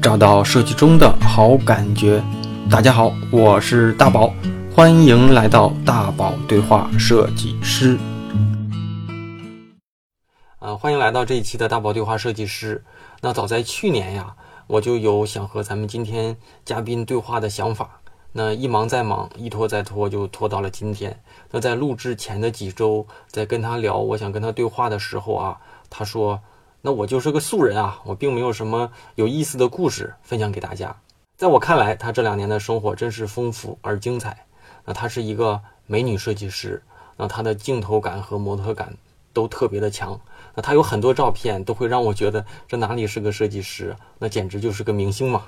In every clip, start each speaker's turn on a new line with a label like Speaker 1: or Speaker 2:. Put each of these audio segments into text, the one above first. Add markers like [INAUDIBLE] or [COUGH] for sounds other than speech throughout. Speaker 1: 找到设计中的好感觉。大家好，我是大宝，欢迎来到大宝对话设计师。啊，欢迎来到这一期的大宝对话设计师。那早在去年呀，我就有想和咱们今天嘉宾对话的想法。那一忙再忙，一拖再拖，就拖到了今天。那在录制前的几周，在跟他聊，我想跟他对话的时候啊，他说：“那我就是个素人啊，我并没有什么有意思的故事分享给大家。”在我看来，他这两年的生活真是丰富而精彩。那她是一个美女设计师，那她的镜头感和模特感都特别的强。那她有很多照片都会让我觉得这哪里是个设计师，那简直就是个明星嘛。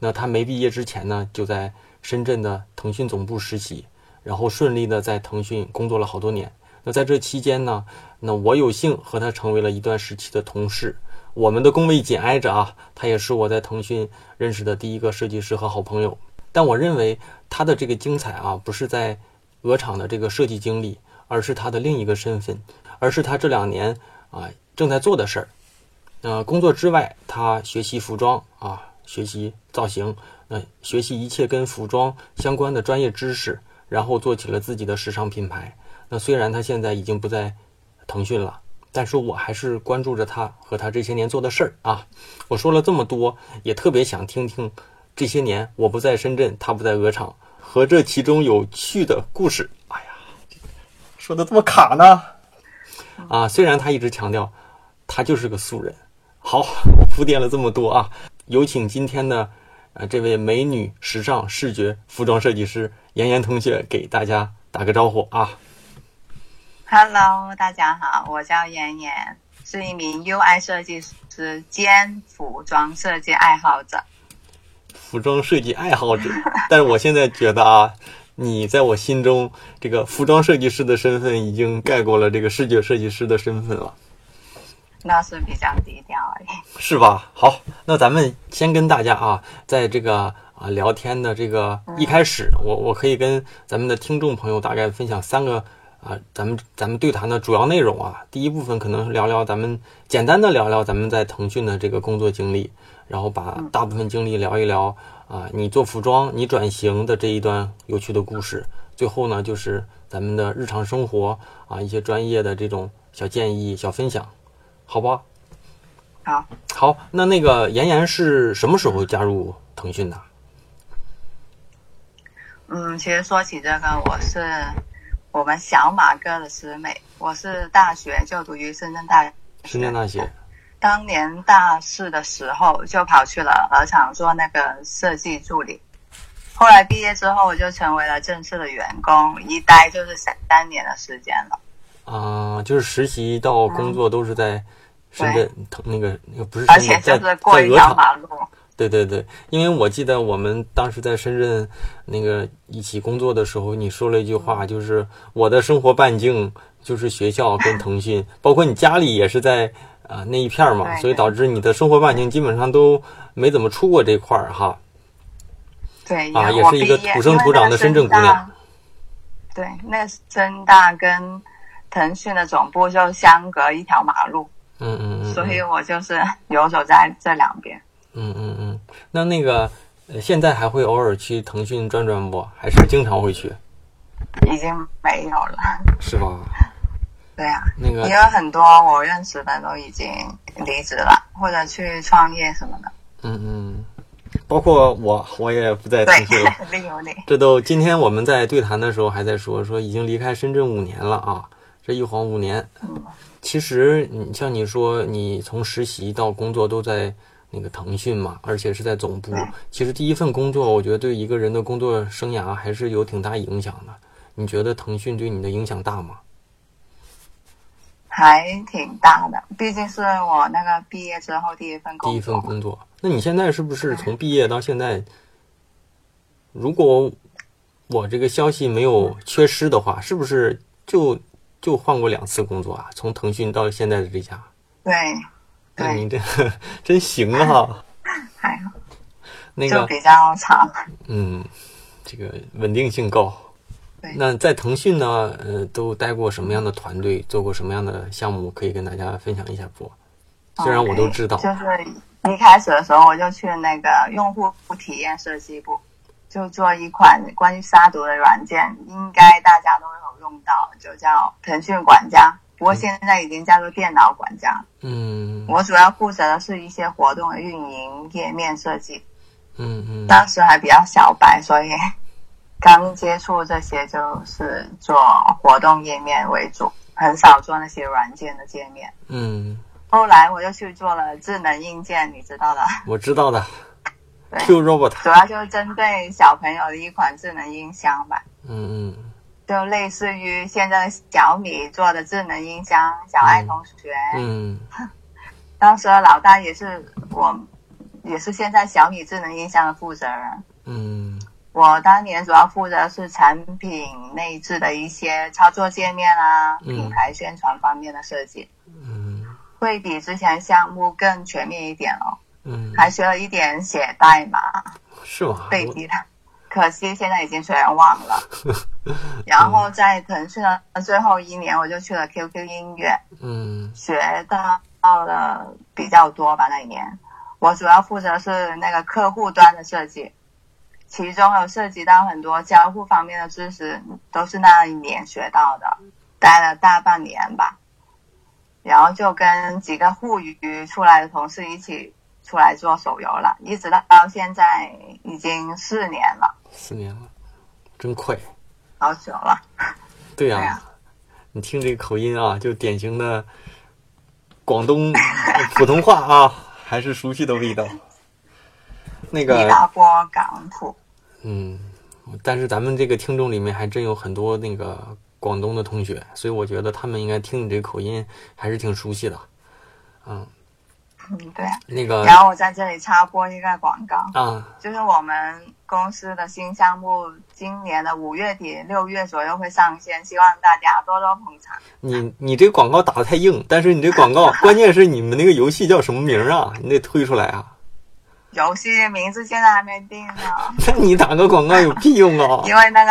Speaker 1: 那她没毕业之前呢，就在深圳的腾讯总部实习，然后顺利的在腾讯工作了好多年。那在这期间呢，那我有幸和她成为了一段时期的同事，我们的工位紧挨着啊。她也是我在腾讯认识的第一个设计师和好朋友。但我认为她的这个精彩啊，不是在鹅厂的这个设计经历，而是她的另一个身份，而是她这两年啊正在做的事儿。呃，工作之外，她学习服装啊，学习造型，那、呃、学习一切跟服装相关的专业知识，然后做起了自己的时尚品牌。那虽然她现在已经不在腾讯了，但是我还是关注着她和她这些年做的事儿啊。我说了这么多，也特别想听听这些年我不在深圳，她不在鹅厂，和这其中有趣的故事。哎呀，
Speaker 2: 说的这么卡呢？
Speaker 1: 啊，虽然她一直强调她就是个素人。好，我铺垫了这么多啊，有请今天的呃这位美女时尚视觉服装设计师妍妍同学给大家打个招呼啊。
Speaker 3: Hello，大家好，我叫妍妍，是一名 UI 设计师兼服装设计爱好者。
Speaker 1: 服装设计爱好者，但是我现在觉得啊，你在我心中这个服装设计师的身份已经盖过了这个视觉设计师的身份了。
Speaker 3: 那是比较低调而已，
Speaker 1: 是吧？好，那咱们先跟大家啊，在这个啊聊天的这个一开始，我我可以跟咱们的听众朋友大概分享三个啊，咱们咱们对谈的主要内容啊。第一部分可能聊聊咱们简单的聊聊咱们在腾讯的这个工作经历，然后把大部分经历聊一聊啊，你做服装、你转型的这一段有趣的故事。最后呢，就是咱们的日常生活啊，一些专业的这种小建议、小分享。好吧，
Speaker 3: 好，
Speaker 1: 好，那那个妍妍是什么时候加入腾讯的？
Speaker 3: 嗯，其实说起这个，我是我们小马哥的师妹，我是大学就读于深圳大学，
Speaker 1: 深圳大学。
Speaker 3: 当年大四的时候就跑去了鹅厂做那个设计助理，后来毕业之后我就成为了正式的员工，一待就是三三年的时间了。
Speaker 1: 啊、呃，就是实习到工作都是在。
Speaker 3: 嗯
Speaker 1: 深圳腾那个那个不是
Speaker 3: 深圳，而且就是过一条马路。
Speaker 1: 对对对，因为我记得我们当时在深圳那个一起工作的时候，你说了一句
Speaker 3: 嗯
Speaker 1: 话，就是我的生活半径就是学校跟腾讯， [LAUGHS] 包括你家里也是在啊、呃、那一片嘛，所以导致你的生活半径基本上都没怎么出过这块儿哈。
Speaker 3: 对，
Speaker 1: 啊，也是一个土生土长的深圳姑娘。
Speaker 3: 对，那深大跟腾讯的总部就相隔一条马路。
Speaker 1: 嗯嗯嗯，
Speaker 3: 所以我就是游走在这两边。
Speaker 1: 嗯嗯嗯，那那个呃现在还会偶尔去腾讯转转不？还是经常会去？
Speaker 3: 已经没有了，
Speaker 1: 是吧？
Speaker 3: 对呀、啊，
Speaker 1: 那个
Speaker 3: 也有很多我认识的都已经离职了，或者去创业什么的。
Speaker 1: 嗯嗯，包括我，我也不在腾讯了。
Speaker 3: [LAUGHS]
Speaker 1: 这都今天我们在对谈的时候还在说，说已经离开深圳五年了啊，这一晃五年。
Speaker 3: 嗯
Speaker 1: 其实，你像你说，你从实习到工作都在那个腾讯嘛，而且是在总部。其实第一份工作，我觉得对一个人的工作生涯还是有挺大影响的。你觉得腾讯对你的影响大吗？
Speaker 3: 还挺大的，毕竟是我那个毕业之后第一份工作。
Speaker 1: 第一份工作，那你现在是不是从毕业到现在？如果我这个消息没有缺失的话，是不是就？就换过两次工作啊，从腾讯到现在的这家。
Speaker 3: 对，哎
Speaker 1: 那你这 [LAUGHS] 真行啊！
Speaker 3: 还好，
Speaker 1: 那个
Speaker 3: 比较长。
Speaker 1: 嗯，这个稳定性高。那在腾讯呢？呃，都待过什么样的团队，做过什么样的项目，可以跟大家分享一下不？虽然我都知道，
Speaker 3: 哦就是一开始的时候我就去那个用户体验设计部，就做一款关于杀毒的软件，应该大家都有用到，就叫腾讯管家。不过现在已经叫做电脑管家。
Speaker 1: 嗯
Speaker 3: 我主要负责的是一些活动的运营、页面设计，
Speaker 1: 嗯嗯
Speaker 3: 当时还比较小白，所以 [LAUGHS] 刚接触这些就是做活动页面为主，很少做那些软件的界面。
Speaker 1: 嗯，
Speaker 3: 后来我就去做了智能硬件，你知道的，
Speaker 1: 我知道的。
Speaker 3: 对
Speaker 1: Q Robot，
Speaker 3: 主要就是针对小朋友的一款智能音箱吧，
Speaker 1: 嗯嗯
Speaker 3: 就类似于现在的小米做的智能音箱，小爱同学。
Speaker 1: 嗯
Speaker 3: 当时的老大也是我，也是现在小米智能音箱的负责人。
Speaker 1: 嗯
Speaker 3: 我当年主要负责是产品内置的一些操作界面啊，
Speaker 1: 嗯
Speaker 3: 品牌宣传方面的设计，
Speaker 1: 嗯
Speaker 3: 会比之前项目更全面一点哦。
Speaker 1: 嗯，
Speaker 3: 还学了一点写代码、
Speaker 1: 是吗？
Speaker 3: 背地的，可惜现在已经全忘了。然后在腾讯的最后一年，我就去了 QQ 音乐，
Speaker 1: 嗯
Speaker 3: 学到了比较多吧。那一年，我主要负责是那个客户端的设计，其中有涉及到很多交互方面的知识，都是那一年学到的，待了大半年吧。然后就跟几个互娱出来的同事一起出来做手游了，一直到现在已经四年了，
Speaker 1: 四年了，真快。
Speaker 3: 好久了。
Speaker 1: 对呀、
Speaker 3: 对
Speaker 1: 你听这个口音啊，就典型的广 [LAUGHS] 东普通话啊，还是熟悉的味道。那
Speaker 3: 一
Speaker 1: 个，
Speaker 3: 大波港普，
Speaker 1: 嗯，但是咱们这个听众里面还真有很多那个广东的同学，所以我觉得他们应该听你这个口音还是挺熟悉的。嗯，
Speaker 3: 嗯，对。
Speaker 1: 那个
Speaker 3: 然后我在这里插播一个广告。
Speaker 1: 啊，
Speaker 3: 就是我们公司的新项目，今年的五月底、六月左右会上线，希望大家多多捧场。
Speaker 1: 你你这广告打的太硬，但是你这广告关键是你们那个游戏叫什么名儿啊？你得推出来啊！ [LAUGHS]
Speaker 3: 游戏名字现在还没定呢，
Speaker 1: 那你打个广告有屁用啊？
Speaker 3: 因为那
Speaker 1: [LAUGHS]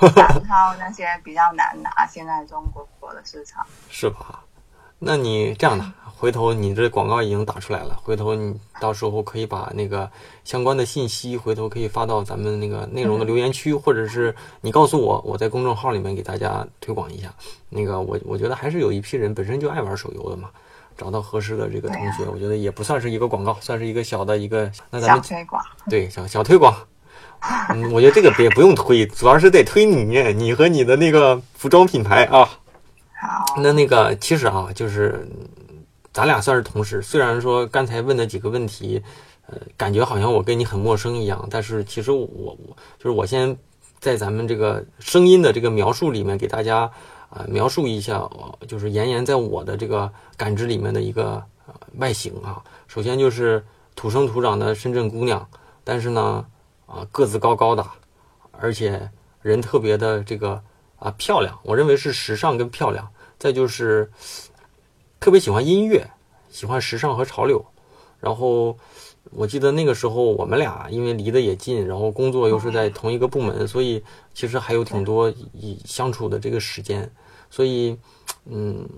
Speaker 3: 个版号那些比较难拿，现在中国国的市场。
Speaker 1: 是吧？那你这样的，回头你这广告已经打出来了，回头你到时候可以把那个相关的信息，回头可以发到咱们那个内容的留言区，或者是你告诉我，我在公众号里面给大家推广一下。那个我我觉得还是有一批人本身就爱玩手游的嘛，找到合适的这个同学，我觉得也不算是一个广告，算是一个小的一个。那咱
Speaker 3: 小
Speaker 1: 们
Speaker 3: 推广，
Speaker 1: 对小小推广。嗯，我觉得这个别不用推，主要是得推你，你和你的那个服装品牌啊。
Speaker 3: 好，
Speaker 1: 那那个，其实啊，就是嗯咱俩算是同事，虽然说刚才问的几个问题，呃，感觉好像我跟你很陌生一样，但是其实我我就是我先在咱们这个声音的这个描述里面给大家呃描述一下，呃就是妍妍在我的这个感知里面的一个呃外形啊。首先就是土生土长的深圳姑娘，但是呢，啊、个子高高的，而且人特别的这个啊漂亮，我认为是时尚跟漂亮。再就是特别喜欢音乐，喜欢时尚和潮流。然后我记得那个时候我们俩因为离得也近，然后工作又是在同一个部门，所以其实还有挺多以相处的这个时间。所以，嗯，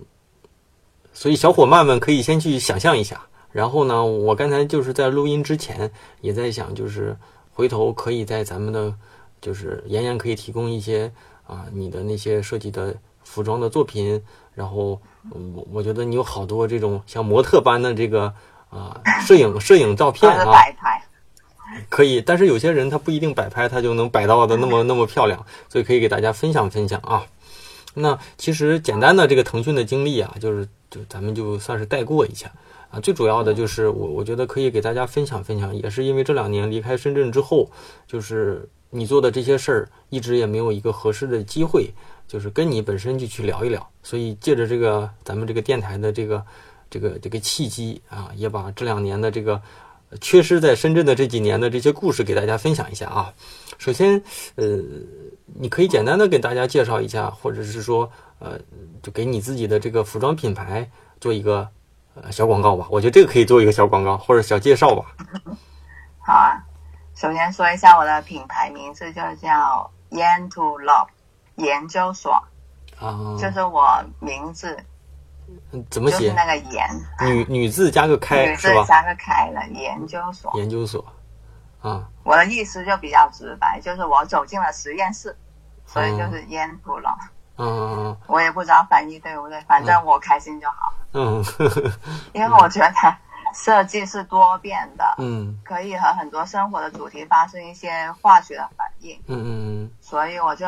Speaker 1: 所以小伙伴们可以先去想象一下。然后呢，我刚才就是在录音之前也在想，就是回头可以在咱们的就是妍妍可以提供一些啊、你的那些设计的服装的作品，然后嗯我我觉得你有好多这种像模特般的这个啊、摄影摄影照
Speaker 3: 都
Speaker 1: 片
Speaker 3: 是
Speaker 1: 啊，
Speaker 3: 摆拍。
Speaker 1: 可以，但是有些人他不一定摆拍，他就能摆到的那么那么漂亮，所以可以给大家分享分享啊。那其实简单的这个腾讯的经历啊，就是就咱们就算是带过一下啊。最主要的就是我我觉得可以给大家分享分享，也是因为这两年离开深圳之后，就是你做的这些事儿一直也没有一个合适的机会，就是跟你本身就去聊一聊。所以借着这个咱们这个电台的这个这个这个契机啊，也把这两年的这个缺失呃在深圳的这几年的这些故事给大家分享一下啊。首先，呃，你可以简单的给大家介绍一下，或者是说，呃，就给你自己的这个服装品牌做一个呃小广告吧。我觉得这个可以做一个小广告或者小介绍吧。
Speaker 3: 好啊，首先说一下我的品牌名字，就叫 Yen to Love 研究所，
Speaker 1: 啊、
Speaker 3: 就是我名字
Speaker 1: 嗯怎么
Speaker 3: 就是
Speaker 1: 写？
Speaker 3: 那个研，
Speaker 1: 女女字加个开
Speaker 3: 女字
Speaker 1: 是吧？
Speaker 3: 加个开了，研究所。
Speaker 1: 研究所，啊，
Speaker 3: 我的意思就比较直白，就是我走进了实验室，所以就是淹服了。
Speaker 1: 嗯嗯
Speaker 3: 我也不知道翻译对不对，反正我开心就好，
Speaker 1: 嗯 [LAUGHS] 嗯
Speaker 3: 因为我觉得设计是多变的，
Speaker 1: 嗯
Speaker 3: 可以和很多生活的主题发生一些化学的反应，
Speaker 1: 嗯嗯
Speaker 3: 所以我就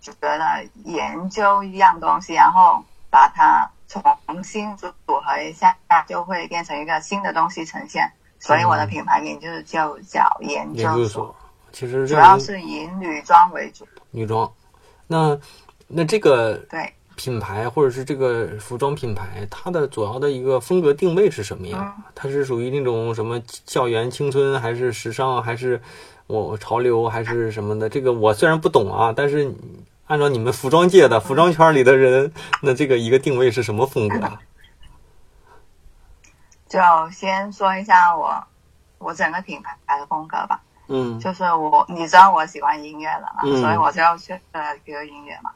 Speaker 3: 觉得研究一样东西，然后把它重新组合一下，就会变成一个新的东西呈现。所以我的品牌名就是就叫研
Speaker 1: 嗯，研
Speaker 3: 究
Speaker 1: 究
Speaker 3: 所，
Speaker 1: 所，其实
Speaker 3: 主
Speaker 1: 这
Speaker 3: 要
Speaker 1: 个
Speaker 3: 是以女装为主。
Speaker 1: 女装，那那这个
Speaker 3: 对，
Speaker 1: 品牌或者是这个服装品牌，它的主要的一个风格定位是什么样？它是属于那种什么校园青春，还是时尚，还是我潮流，还是什么的？这个我虽然不懂啊，但是按照你们服装界的服装圈里的人，那这个一个定位是什么风格啊？
Speaker 3: 就先说一下我我整个品牌的风格吧。
Speaker 1: 嗯
Speaker 3: 就是我，你知道我喜欢音乐的嘛，
Speaker 1: 嗯
Speaker 3: 所以我就要去呃 QQ 音乐嘛。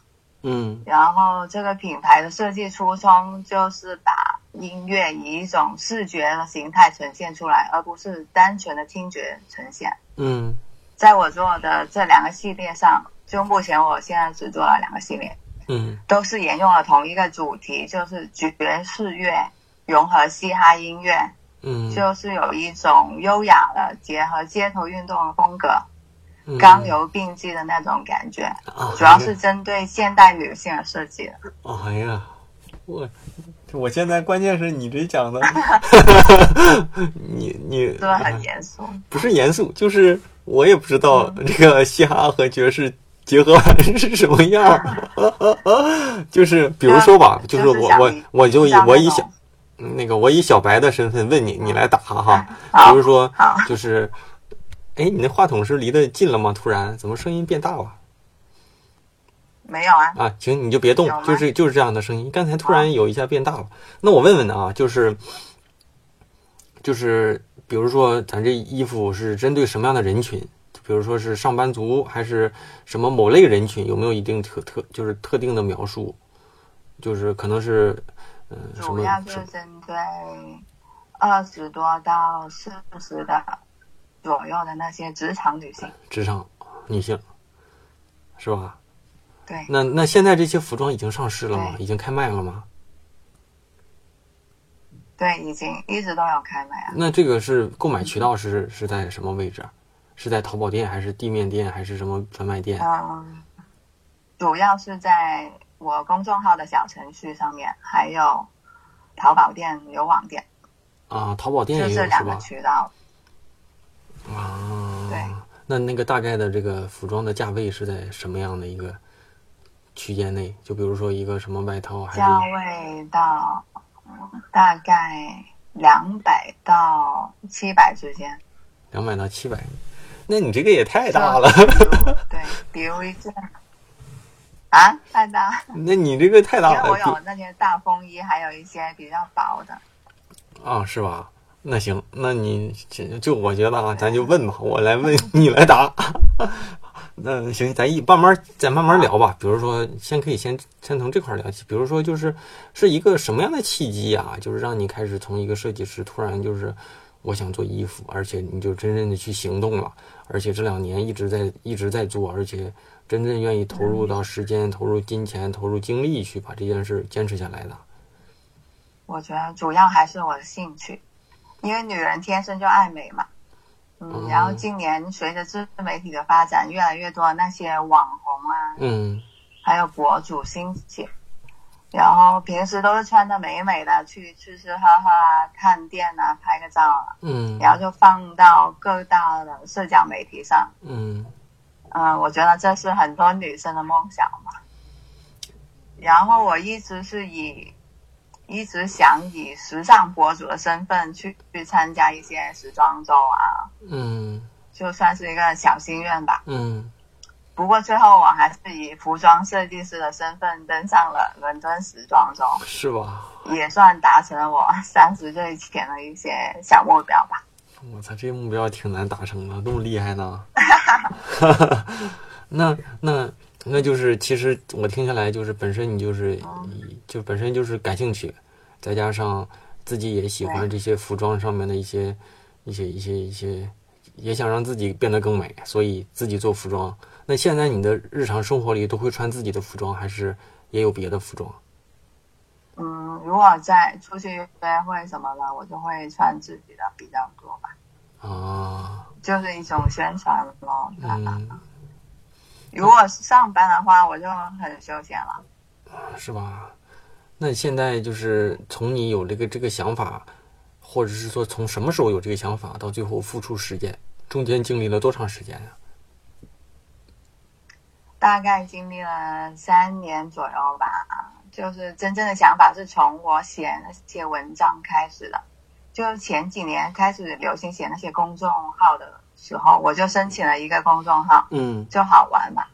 Speaker 1: 嗯
Speaker 3: 然后这个品牌的设计初衷就是把音乐以一种视觉的形态呈现出来，而不是单纯的听觉呈现。
Speaker 1: 嗯
Speaker 3: 在我做的这两个系列上，就目前我现在只做了两个系列，
Speaker 1: 嗯
Speaker 3: 都是沿用了同一个主题，就是爵士乐融合嘻哈音乐，
Speaker 1: 嗯，
Speaker 3: 就是有一种优雅的结合街头运动的风格，
Speaker 1: 嗯
Speaker 3: 刚柔并济的那种感觉。
Speaker 1: 啊
Speaker 3: 主要是针对现代女性而设计的。
Speaker 1: 哎呀，我
Speaker 2: 我现在关键是你这讲的，
Speaker 1: 你你
Speaker 3: 是不是很严肃？
Speaker 1: 不是严肃，就是我也不知道
Speaker 3: 嗯
Speaker 1: 这个嘻哈和爵士结合完是什么样儿。 [LAUGHS] 就是比如说吧，
Speaker 3: 就是
Speaker 1: 我
Speaker 3: 想
Speaker 1: 我
Speaker 3: 你
Speaker 1: 我就以
Speaker 3: 像
Speaker 1: 我
Speaker 3: 那
Speaker 1: 以
Speaker 3: 种
Speaker 1: 小那个我以小白的身份问你，你来打哈。
Speaker 3: 嗯 [LAUGHS] 好
Speaker 1: 比如说
Speaker 3: 好
Speaker 1: 就是，哎，你那话筒是离得近了吗？突然怎么声音变大了？
Speaker 3: 没有啊，
Speaker 1: 啊，行，你就别动
Speaker 3: 有吗，
Speaker 1: 就是就是这样的声音。刚才突然有一下变大了。那我问问啊，就是就是，比如说咱这衣服是针对什么样的人群？比如说是上班族，还是什么某类人群？有没有一定特特就是特定的描述？就是可能是嗯、呃、什
Speaker 3: 主
Speaker 1: 么
Speaker 3: 要
Speaker 1: 什
Speaker 3: 是
Speaker 1: 么
Speaker 3: 针对二十多到四十的左右的那些职场女性。
Speaker 1: 职场女性，是吧？
Speaker 3: 对，
Speaker 1: 那那现在这些服装已经上市了吗？
Speaker 3: 对
Speaker 1: 已经开卖了吗？
Speaker 3: 对，已经一直都有开卖啊。
Speaker 1: 那这个是购买渠道是是在什么位置啊？是在淘宝店还是地面店还是什么专卖店？
Speaker 3: 嗯，主要是在我公众号的小程序上面，还有淘宝店、有网店，
Speaker 1: 啊，淘宝店
Speaker 3: 就
Speaker 1: 也
Speaker 3: 这
Speaker 1: 有是
Speaker 3: 两个
Speaker 1: 吧？
Speaker 3: 渠道。对
Speaker 1: 啊，那那个大概的这个服装的价位是在什么样的一个区间内？就比如说一个什么外套还
Speaker 3: 价
Speaker 1: 是
Speaker 3: 位到嗯大概两百到七百之间。
Speaker 1: 两百到七百？那你这个也太大了， [LAUGHS]
Speaker 3: 比如对，比如一件啊，太大，
Speaker 1: 那你这个太
Speaker 3: 因
Speaker 1: 大
Speaker 3: 为我有
Speaker 1: 了
Speaker 3: 那些大风衣，还有一些比较薄的。
Speaker 1: 啊，是吧？那行，那你就就我觉得啊，咱就问吧，我来问 [LAUGHS] 你来答。那行，咱一慢慢再慢慢聊吧。比如说，先可以先先从这块儿聊起。比如说，就是是一个什么样的契机啊？就是让你开始从一个设计师，突然就是我想做衣服，而且你就真正的去行动了，而且这两年一直在一直在做，而且真正愿意投入到时间、投入金钱、投入精力去把这件事坚持下来的。
Speaker 3: 我觉得主要还是我的兴趣，因为女人天生就爱美嘛。嗯，
Speaker 1: 嗯
Speaker 3: 然后今年随着自媒体的发展，越来越多那些网红啊，
Speaker 1: 嗯
Speaker 3: 还有博主兴起，然后平时都是穿的美美的去吃吃喝喝啊、探店啊、拍个照啊，
Speaker 1: 嗯
Speaker 3: 然后就放到各大的社交媒体上。
Speaker 1: 嗯
Speaker 3: 嗯、我觉得这是很多女生的梦想嘛。然后我一直是以一直想以时尚博主的身份去去参加一些时装周啊，
Speaker 1: 嗯
Speaker 3: 就算是一个小心愿吧。
Speaker 1: 嗯
Speaker 3: 不过最后我还是以服装设计师的身份登上了伦敦时装周，
Speaker 1: 是吧？
Speaker 3: 也算达成了我 [LAUGHS] 三十岁前的一些小目标吧。
Speaker 1: 我操，这目标挺难达成的，这么厉害呢？那那那就是其实我听下来就是本身你就是以就本身就是感兴趣，再加上自己也喜欢这些服装上面的一些一些一些一些，也想让自己变得更美，所以自己做服装。那现在你的日常生活里都会穿自己的服装，还是也有别的服装？
Speaker 3: 嗯，如果在出去约会什么的，我就会穿自己的比较多吧，
Speaker 1: 啊，
Speaker 3: 就是一种宣传咯。对吧
Speaker 1: 嗯，
Speaker 3: 如果是上班的话，我就很休闲了。
Speaker 1: 是吧？那你现在就是从你有这个这个想法，或者是说从什么时候有这个想法到最后付出实践，中间经历了多长时间啊呀、
Speaker 3: 大概经历了三年左右吧，就是真正的想法是从我写那些文章开始的，就是前几年开始流行写那些公众号的时候，我就申请了一个公众号，
Speaker 1: 嗯
Speaker 3: 就好玩嘛。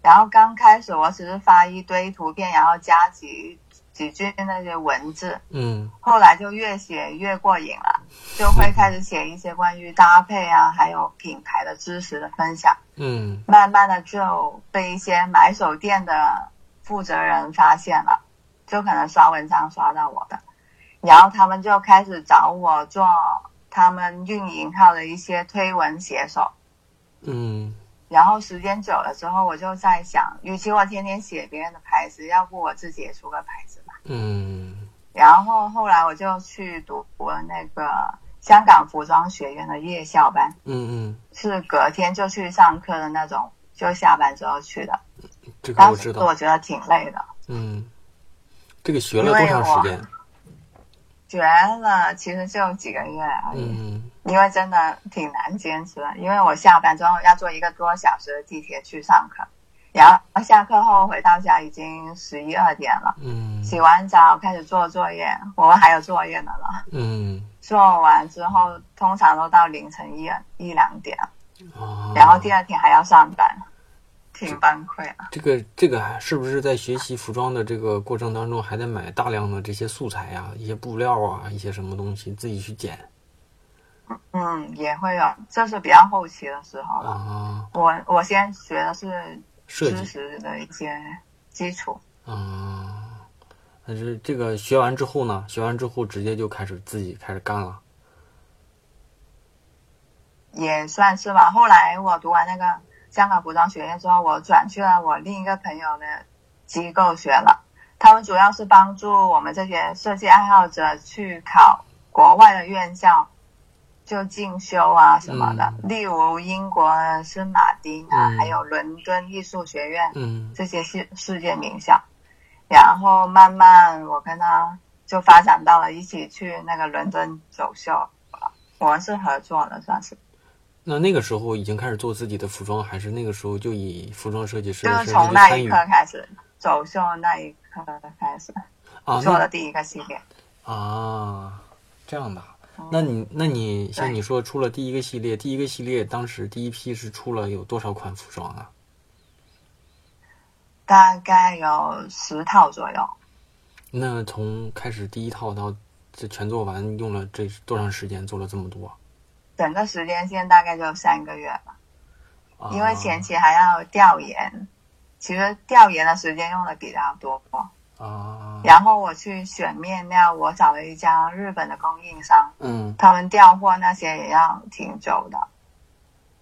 Speaker 3: 然后刚开始我只是发一堆图片，然后加几几句那些文字，
Speaker 1: 嗯
Speaker 3: 后来就越写越过瘾了，就会开始写一些关于搭配啊，还有品牌的知识的分享。
Speaker 1: 嗯
Speaker 3: 慢慢的就被一些买手店的负责人发现了，就可能刷文章刷到我的，然后他们就开始找我做他们运营号的一些推文写手。
Speaker 1: 嗯
Speaker 3: 然后时间久了之后，我就在想，与其我天天写别人的牌子，要不我自己也出个牌子吧。
Speaker 1: 嗯
Speaker 3: 然后后来我就去读了那个香港服装学院的夜校班，
Speaker 1: 嗯嗯，
Speaker 3: 是隔天就去上课的那种，就下班之后去的。
Speaker 1: 这个
Speaker 3: 当
Speaker 1: 嗯我
Speaker 3: 时
Speaker 1: 知
Speaker 3: 我
Speaker 1: 道。
Speaker 3: 觉得挺累的，
Speaker 1: 嗯，这个学了多长时间？
Speaker 3: 学了其实就几个月而已，
Speaker 1: 嗯
Speaker 3: 因为真的挺难坚持的。因为我下班之后要坐一个多小时的地铁去上课，然后下课后回到家已经十一二点了。
Speaker 1: 嗯
Speaker 3: 洗完澡开始做作业，我们还有作业呢了。
Speaker 1: 嗯
Speaker 3: 做完之后，通常都到凌晨一一两点，
Speaker 1: 啊，
Speaker 3: 然后第二天还要上班，挺崩溃的。
Speaker 1: 这个这个还是不是在学习服装的这个过程当中，还得买大量的这些素材呀、一些布料啊、一些什么东西自己去剪
Speaker 3: 嗯，也会有，这是比较后期的时候了。
Speaker 1: 啊？
Speaker 3: 我我先学的是
Speaker 1: 设
Speaker 3: 知
Speaker 1: 计
Speaker 3: 识的一些基础。
Speaker 1: 啊，但是这个学完之后呢，学完之后直接就开始自己开始干了。
Speaker 3: 也算是吧。后来我读完那个香港服装学院之后，我转去了我另一个朋友的机构学了。他们主要是帮助我们这些设计爱好者去考国外的院校，就进修啊什么的。例如英国的圣马丁啊，
Speaker 1: 嗯
Speaker 3: 还有伦敦艺术学院
Speaker 1: 嗯
Speaker 3: 这些世世界名校。然后慢慢我跟他就发展到了一起去那个伦敦走秀了，我们是合作的，算是。
Speaker 1: 那那个时候已经开始做自己的服装，还是那个时候就以服装设计师
Speaker 3: 就
Speaker 1: 的
Speaker 3: 是
Speaker 1: 身份
Speaker 3: 从
Speaker 1: 去
Speaker 3: 那
Speaker 1: 参
Speaker 3: 一
Speaker 1: 与
Speaker 3: 刻开始，走秀那一刻开始
Speaker 1: 啊？
Speaker 3: 做
Speaker 1: 那
Speaker 3: 的第一个系列。嗯
Speaker 1: 啊，这样的啊。那你那你像
Speaker 3: 对
Speaker 1: 你说出了第一个系列，第一个系列当时第一批是出了有多少款服装啊？
Speaker 3: 大概有十套左右，
Speaker 1: 那从开始第一套到这全做完用了这多长时间？做了这么多？
Speaker 3: 整个时间线大概就三个月吧，
Speaker 1: 啊、
Speaker 3: 因为前期还要调研，其实调研的时间用的比较多。
Speaker 1: 嗯啊，
Speaker 3: 然后我去选面料，我找了一家日本的供应商，
Speaker 1: 嗯
Speaker 3: 他们调货那些也要挺久的，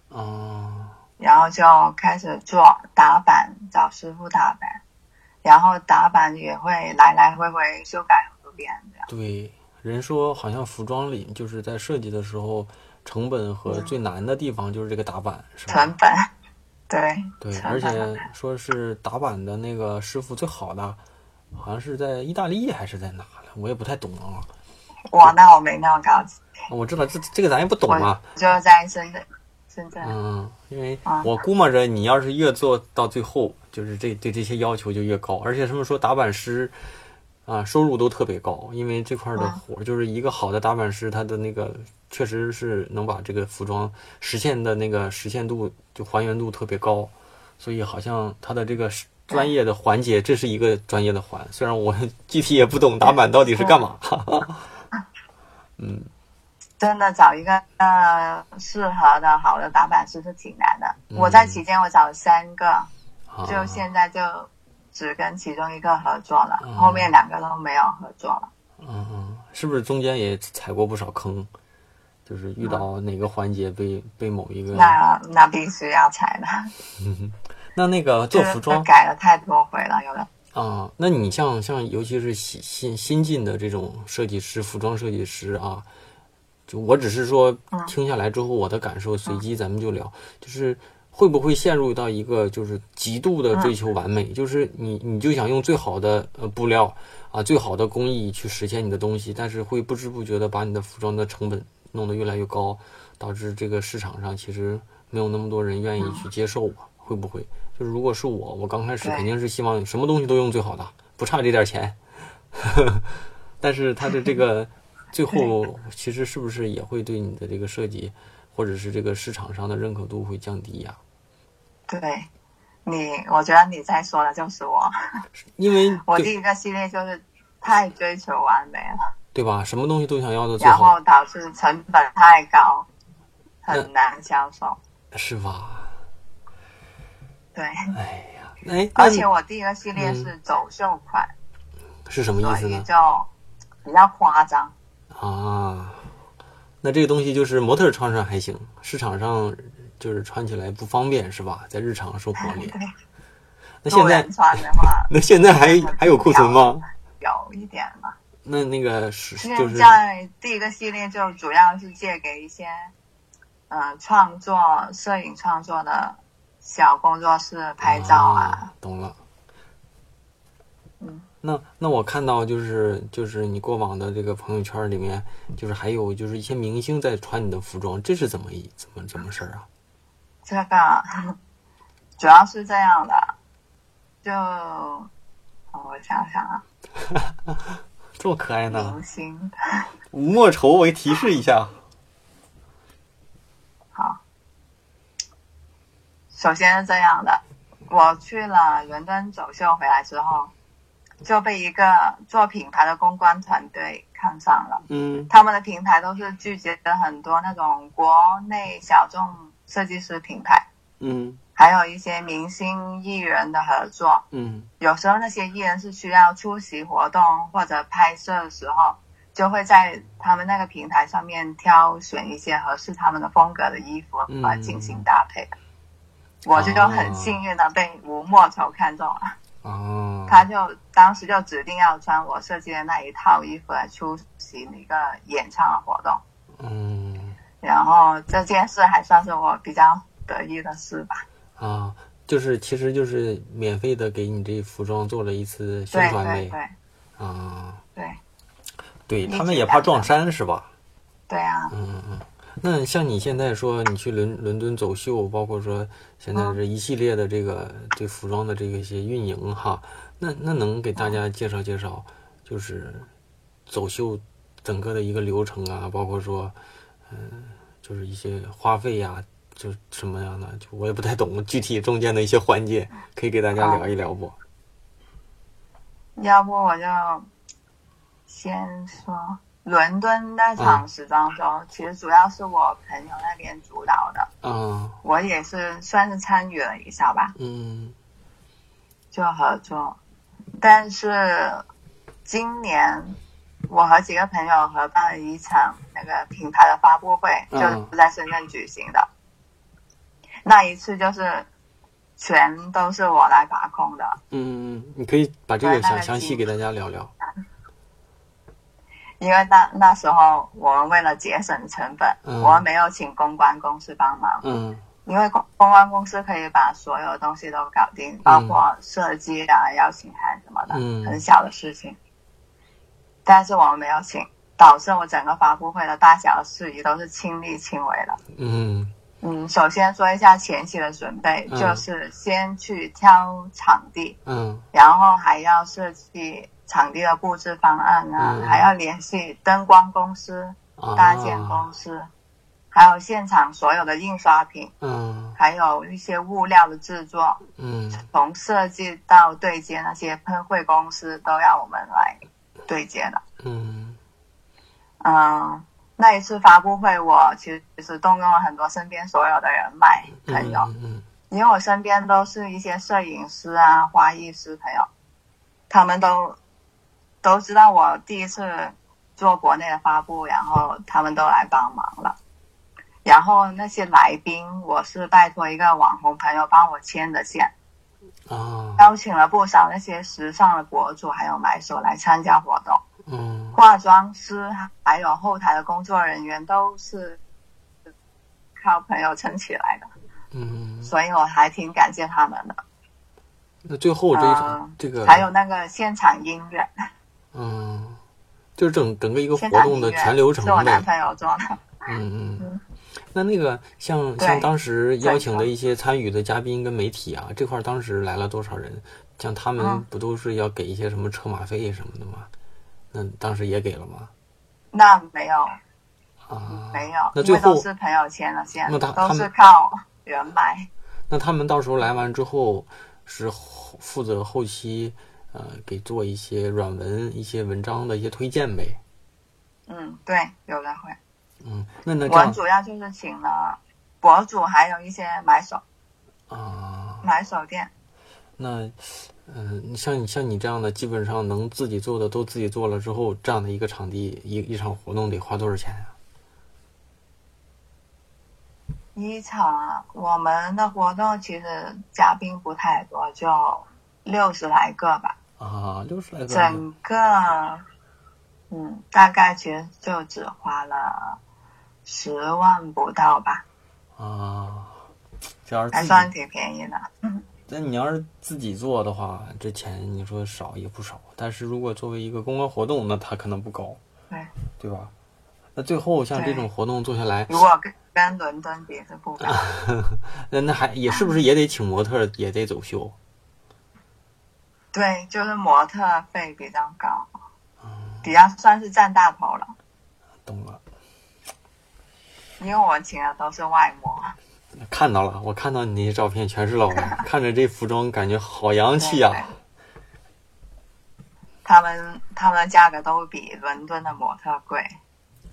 Speaker 1: 啊，
Speaker 3: 然后就开始做打板，找师傅打板，然后打板也会来来回回修改很遍这样。
Speaker 1: 对，人说好像服装里就是在设计的时候，成本和最难的地方就是这个打板，是吧？
Speaker 3: 成本， [LAUGHS] 对
Speaker 1: 对，
Speaker 3: 成
Speaker 1: 而
Speaker 3: 本
Speaker 1: 且说是打板的那个师傅最好的，好像是在意大利还是在哪了，我也不太懂啊。
Speaker 3: 哇，那我没那么高级，
Speaker 1: 我知道这这个咱也不懂
Speaker 3: 我
Speaker 1: 啊，
Speaker 3: 就在深圳，深圳，
Speaker 1: 嗯，因为
Speaker 3: 啊
Speaker 1: 我估摸着你要是越做到最后，就是这对这些要求就越高，而且他们说打板师啊收入都特别高，因为这块儿的
Speaker 3: 嗯
Speaker 1: 活儿就是一个好的打板师，他的那个确实是能把这个服装实现的那个实现度就还原度特别高，所以好像他的这个是专业的环节，这是一个专业的环，虽然我 [LAUGHS] 具体也不懂打板到底是干嘛，哈哈， [LAUGHS] 嗯
Speaker 3: 真的找一个呃适合的好的打板师是挺难的。
Speaker 1: 嗯
Speaker 3: 我在期间我找了三个，
Speaker 1: 啊
Speaker 3: 就现在就只跟其中一个合作了，
Speaker 1: 嗯
Speaker 3: 后面两个都没有合作了。
Speaker 1: 嗯嗯，是不是中间也踩过不少坑？就是遇到哪个环节被被某一个
Speaker 3: 嗯那那必须要裁的，
Speaker 1: 那那个做服
Speaker 3: 就是
Speaker 1: 装
Speaker 3: [LAUGHS] 改了太多回了，有的
Speaker 1: 啊，那你像像尤其是新新新进的这种设计师、服装设计师啊，就我只是说
Speaker 3: 嗯
Speaker 1: 听下来之后我的感受，随机咱们就聊，就是会不会陷入到一个就是极度的追求完美，就是你你就想用最好的呃布料啊、最好的工艺去实现你的东西，但是会不知不觉的把你的服装的成本弄得越来越高，导致这个市场上其实没有那么多人愿意去接受我，会不会？就是如果是我，我刚开始
Speaker 3: 对
Speaker 1: 肯定是希望什么东西都用最好的，不差这点钱。 [LAUGHS] 但是它的这个最后，其实是不是也会对你的这个设计，或者是这个市场上的认可度会降低呀、
Speaker 3: 对。你，我觉得你在说的就
Speaker 1: [LAUGHS]
Speaker 3: 是我。
Speaker 1: 因为
Speaker 3: 我
Speaker 1: 对
Speaker 3: 第一个系列就是太追求完美了，
Speaker 1: 对吧？什么东西都想要的最
Speaker 3: 然
Speaker 1: 好
Speaker 3: 后，导致成本太高，很难销售。
Speaker 1: 是吧？
Speaker 3: 对，
Speaker 1: 哎呀，哎，那
Speaker 3: 而
Speaker 1: 你
Speaker 3: 且我第一个系列是走秀款，
Speaker 1: 是什么嗯
Speaker 3: 所
Speaker 1: 意思
Speaker 3: 以
Speaker 1: 呢？
Speaker 3: 就比较夸张。
Speaker 1: 啊，那这个东西就是模特儿穿上还行，市场上就是穿起来不方便是吧？在日常生活
Speaker 3: 哎
Speaker 1: 里，嗯那现
Speaker 3: 路
Speaker 1: 在
Speaker 3: 人穿的话
Speaker 1: 那现在还还有库存吗？
Speaker 3: 有一点了。
Speaker 1: 那那个是就
Speaker 3: 现
Speaker 1: 是
Speaker 3: 在第一个系列就主要是借给一些，呃，创作、摄影创作的小工作室拍照啊。
Speaker 1: 啊，懂了。
Speaker 3: 嗯，
Speaker 1: 那那我看到就是就是你过往的这个朋友圈里面，就是还有就是一些明星在穿你的服装，这是怎么一怎么怎么事儿啊？
Speaker 3: 这个 [LAUGHS] 主要是这样的，就哦我想想啊，
Speaker 1: [LAUGHS] 这么可爱呢？
Speaker 3: 明星
Speaker 2: 吴莫愁，我给提示一下，
Speaker 3: 好，首先是这样的，我去了伦敦走秀回来之后，就被一个做品牌的公关团队看上了。
Speaker 1: 嗯
Speaker 3: 他们的平台都是聚集了很多那种国内小众设计师品牌，
Speaker 1: 嗯
Speaker 3: 还有一些明星艺人的合作。
Speaker 1: 嗯
Speaker 3: 有时候那些艺人是需要出席活动或者拍摄的时候，就会在他们那个平台上面挑选一些合适他们的风格的衣服
Speaker 1: 嗯
Speaker 3: 来进行搭配。我就很幸运的被吴莫愁看中了，
Speaker 2: 哦
Speaker 1: 啊，
Speaker 3: 他就当时就指定要穿我设计的那一套衣服来出席那个演唱的活动。
Speaker 1: 嗯
Speaker 3: 然后这件事还算是我比较得意的事吧。
Speaker 1: 啊，就是其实就是免费的给你这服装做了一次宣
Speaker 3: 对
Speaker 1: 传呗
Speaker 3: 对对
Speaker 1: 啊，
Speaker 3: 对
Speaker 1: 对
Speaker 3: 一
Speaker 1: 他们
Speaker 3: 起
Speaker 1: 也怕
Speaker 3: 打
Speaker 1: 撞
Speaker 3: 的
Speaker 1: 衫是吧？
Speaker 3: 对啊！
Speaker 1: 嗯嗯，那像你现在说你去伦伦敦走秀，包括说现
Speaker 3: 嗯
Speaker 1: 在这一系列的这个对服装的这个一些运营哈，那那能给
Speaker 3: 嗯
Speaker 1: 大家介绍介绍，就是走秀整个的一个流程啊，包括说，嗯、就是一些花费呀、就什么样的，就我也不太懂具体中间的一些环节，
Speaker 3: 嗯
Speaker 1: 可以给大家聊一聊不？
Speaker 3: 要不我就先说伦敦那场时装周，其实主要是我朋友那边主导的，
Speaker 1: 啊，
Speaker 3: 我也是算是参与了一下吧，
Speaker 1: 嗯
Speaker 3: 就合作。但是今年我和几个朋友合办了一场那个品牌的发布会，就
Speaker 1: 嗯
Speaker 3: 是在深圳举行的。那一次就是全都是我来把控的，
Speaker 1: 嗯，嗯你可以把这个
Speaker 3: 那那
Speaker 1: 详
Speaker 3: 个
Speaker 1: 详细
Speaker 3: 行
Speaker 1: 给大家聊聊。
Speaker 3: 因为那那时候我们为了节省成本，
Speaker 1: 嗯
Speaker 3: 我们没有请公关公司帮忙，
Speaker 1: 嗯
Speaker 3: 因为公公关公司可以把所有东西都搞定，包括设计啊、邀请函什么的，
Speaker 1: 嗯
Speaker 3: 很小的事情。但是我们没有请，导致我整个发布会的大小事宜都是亲力亲为的。
Speaker 1: 嗯
Speaker 3: 嗯，首先说一下前期的准备，
Speaker 1: 嗯
Speaker 3: 就是先去挑场地，
Speaker 1: 嗯
Speaker 3: 然后还要设计场地的布置方案啊，
Speaker 1: 嗯
Speaker 3: 还要联系灯光公司、
Speaker 1: 啊，
Speaker 3: 搭建公司，还有现场所有的印刷品，
Speaker 1: 嗯
Speaker 3: 还有一些物料的制作，
Speaker 1: 嗯
Speaker 3: 从设计到对接那些喷绘公司都要我们来对接的。
Speaker 1: 嗯
Speaker 3: 嗯，那一次发布会，我其实动用了很多身边所有的人脉朋友，
Speaker 1: 嗯
Speaker 3: 因为我身边都是一些摄影师啊、花艺师朋友，他们都都知道我第一次做国内的发布，然后他们都来帮忙了。然后那些来宾，我是拜托一个网红朋友帮我牵的线，
Speaker 1: 啊，
Speaker 3: 邀请了不少那些时尚的博主还有买手来参加活动。
Speaker 1: 嗯
Speaker 3: 化妆师还有后台的工作人员都是靠朋友撑起来的，
Speaker 1: 嗯，
Speaker 3: 所以我还挺感谢他们的。
Speaker 1: 那最后这一场、
Speaker 3: 嗯
Speaker 1: 这个
Speaker 3: 还有那个现场音乐，
Speaker 1: 嗯，就是整整个一个活
Speaker 3: 现场
Speaker 1: 动
Speaker 3: 音
Speaker 1: 的
Speaker 3: 乐
Speaker 1: 全流程
Speaker 3: 是我男
Speaker 1: 呗，
Speaker 3: 朋友做的。
Speaker 1: 嗯嗯。那那个像像
Speaker 3: 对
Speaker 1: 当时邀请的
Speaker 3: 整
Speaker 1: 一些参与的嘉宾跟媒体啊，这块儿当时来了多少人？像他们
Speaker 3: 嗯
Speaker 1: 不都是要给一些什么车马费什么的吗？那当时也给了吗？
Speaker 3: 那没有
Speaker 1: 啊，
Speaker 3: 没有，
Speaker 1: 那
Speaker 3: 因
Speaker 1: 最
Speaker 3: 为都
Speaker 1: 后
Speaker 3: 是朋友牵的线
Speaker 1: 那，他他
Speaker 3: 都
Speaker 1: 们
Speaker 3: 是靠人脉。
Speaker 1: 那他们到时候来完之后，是后负责后期，呃，给做一些软文、一些文章的一些推荐呗。
Speaker 3: 嗯，对，有人会。
Speaker 1: 嗯，那那这
Speaker 3: 我
Speaker 1: 样
Speaker 3: 主要就是请了博主，还有一些买手
Speaker 1: 啊，
Speaker 3: 买手店。
Speaker 1: 那嗯、像你像你这样的，基本上能自己做的都自己做了之后，这样的一个场地一一场活动得花多少钱呀、
Speaker 3: 一场我们的活动其实嘉宾不太多，就六十来个吧。
Speaker 1: 啊？六十来个人
Speaker 3: 整个，嗯，大概其实就只花了十万不到吧，
Speaker 1: 啊，这要是
Speaker 3: 还
Speaker 1: 自
Speaker 3: 算
Speaker 1: 己，
Speaker 3: 挺便宜的。
Speaker 1: 那你要是自己做的话，这钱你说少也不少，但是如果作为一个公关活动，那它可能不高。
Speaker 3: 对，
Speaker 1: 对吧？那最后像这
Speaker 3: 对
Speaker 1: 种活动做下来，
Speaker 3: 如果跟跟伦敦比是不高，
Speaker 1: 那那还也是不是也得请模特儿，也得走秀？
Speaker 3: 对，就是模特费比较高，比较算是占大头了，
Speaker 1: 懂了，
Speaker 3: 因为我请的都是外模。
Speaker 1: 看到了，我看到你那些照片全是老外，看着这服装感觉好洋气啊呀、
Speaker 3: 对他们他们价格都比伦敦的模特贵，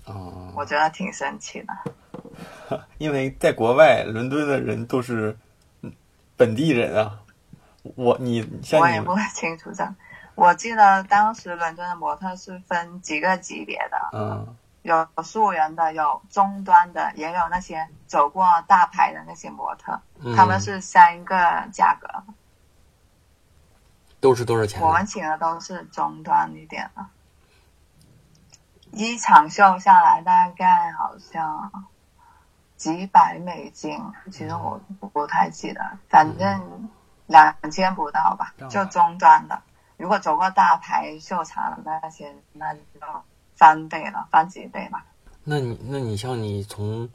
Speaker 1: 啊！
Speaker 3: 我觉得挺神奇的。
Speaker 2: 因为在国外，伦敦的人都是嗯本地人啊。我你像
Speaker 3: 我
Speaker 2: 你
Speaker 3: 也不清楚这。我记得当时伦敦的模特是分几个级别的，
Speaker 1: 嗯
Speaker 3: 有素人的，有中端的，也有那些走过大牌的那些模特，
Speaker 1: 嗯，
Speaker 3: 他们是三个价格。
Speaker 1: 都是多少钱呢？
Speaker 3: 我们请的都是中端一点的。一场秀下来大概好像几百美金，其实我不太记得，反正两千不嗯到吧
Speaker 1: 这样，吧
Speaker 3: 就中端的。如果走过大牌秀场的那些，那就翻倍了，翻几倍吧。
Speaker 1: 那你那你像你从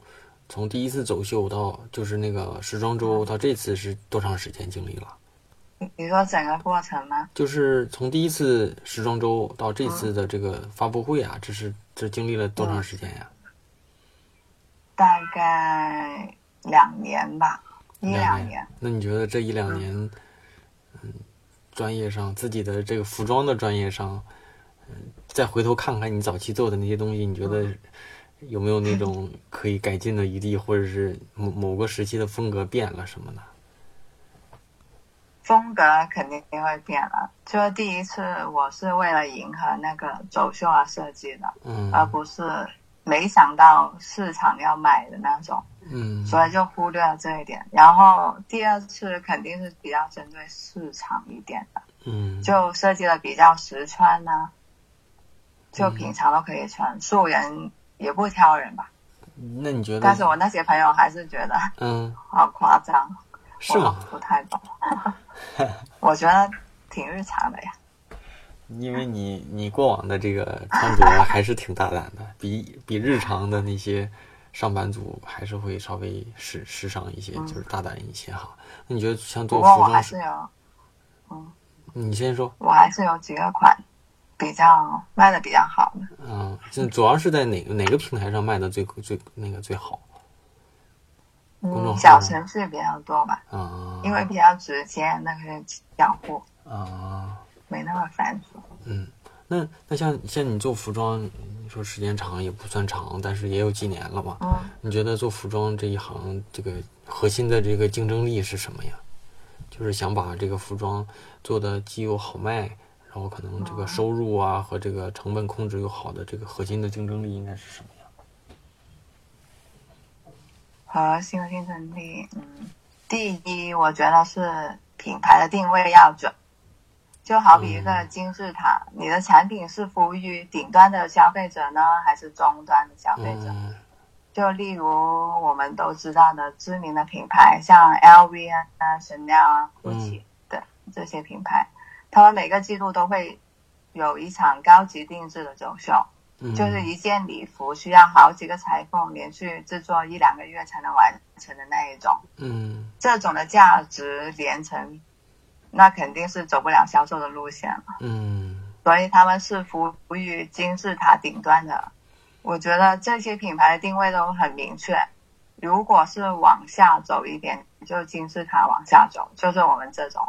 Speaker 1: 从第一次走秀到就是那个时装
Speaker 3: 嗯
Speaker 1: 周到这次是多长时间经历了？
Speaker 3: 你你说整个过程吗？
Speaker 1: 就是从第一次时装周到这次
Speaker 3: 嗯
Speaker 1: 的这个发布会啊，这是这经历了多长时间呀、
Speaker 3: 大概两年吧，一两年。。
Speaker 1: 那你觉得这一两年，嗯，专业上自己的这个服装的专业上，嗯，再回头看看你早期做的那些东西，你觉
Speaker 3: 嗯
Speaker 1: 得有没有那种可以改进的余地，或者是某某个时期的风格变了什么的？
Speaker 3: 风格肯定会变了。就是第一次，我是为了迎合那个走秀而设计的，而
Speaker 1: 嗯
Speaker 3: 不是没想到市场要买的那种，
Speaker 1: 嗯
Speaker 3: 所以就忽略了这一点。然后第二次肯定是比较针对市场一点的，
Speaker 1: 嗯，
Speaker 3: 就设计的比较实穿呐、就平常都可以
Speaker 1: 嗯
Speaker 3: 穿，素人也不挑人吧。
Speaker 1: 那你觉
Speaker 3: 但是
Speaker 1: 得
Speaker 3: 我那些朋友还是觉得
Speaker 1: 嗯
Speaker 3: 好夸张，
Speaker 1: 是
Speaker 3: 我
Speaker 1: 吗？
Speaker 3: 不太懂，
Speaker 1: [LAUGHS]
Speaker 3: 我觉得挺日常的呀。
Speaker 1: 因为你你过往的这个穿着啊还是挺大胆的，比比日常的那些上班族还是会稍微时时尚一些，就是大胆一些哈。那你觉得像做
Speaker 3: 不
Speaker 1: 服
Speaker 3: 过我
Speaker 1: 装
Speaker 3: 还
Speaker 1: 是
Speaker 3: 是，有，
Speaker 1: 你先说，
Speaker 3: 我还是有几个款比较卖的比较好的。
Speaker 1: 嗯，就主要是在哪哪个平台上卖的最最那个最好公众号
Speaker 3: 嗯，
Speaker 1: 吗
Speaker 3: 小程序比较多吧，
Speaker 1: 啊？
Speaker 3: 因为比较直接，那个交互
Speaker 1: 啊，
Speaker 3: 没那么繁琐。
Speaker 1: 嗯，那那像像你做服装，你说时间长也不算长，但是也有几年了吧？
Speaker 3: 嗯，
Speaker 1: 你觉得做服装这一行，这个核心的这个竞争力是什么呀？就是想把这个服装做的既有好卖，然后可能这个收入啊和这个成本控制又好的这个核心的竞争力应该是什么呀？
Speaker 3: 核心的竞争力，嗯，第一，我觉得是品牌的定位要准。就好比一
Speaker 1: 嗯
Speaker 3: 个金字塔，你的产品是服务于顶端的消费者呢，还是终端的消费者？
Speaker 1: 嗯
Speaker 3: 就例如我们都知道的知名的品牌，像 LV 啊、Chanel 啊、GUCCI 的这些品牌，他们每个季度都会有一场高级定制的走秀，
Speaker 1: 嗯，
Speaker 3: 就是一件礼服需要好几个裁缝连续制作一两个月才能完成的那一种。
Speaker 1: 嗯
Speaker 3: 这种的价值连城，那肯定是走不了销售的路线了。
Speaker 1: 嗯
Speaker 3: 所以他们是服务于金字塔顶端的。我觉得这些品牌的定位都很明确。如果是往下走一点，就金字塔往下走，就是我们这种。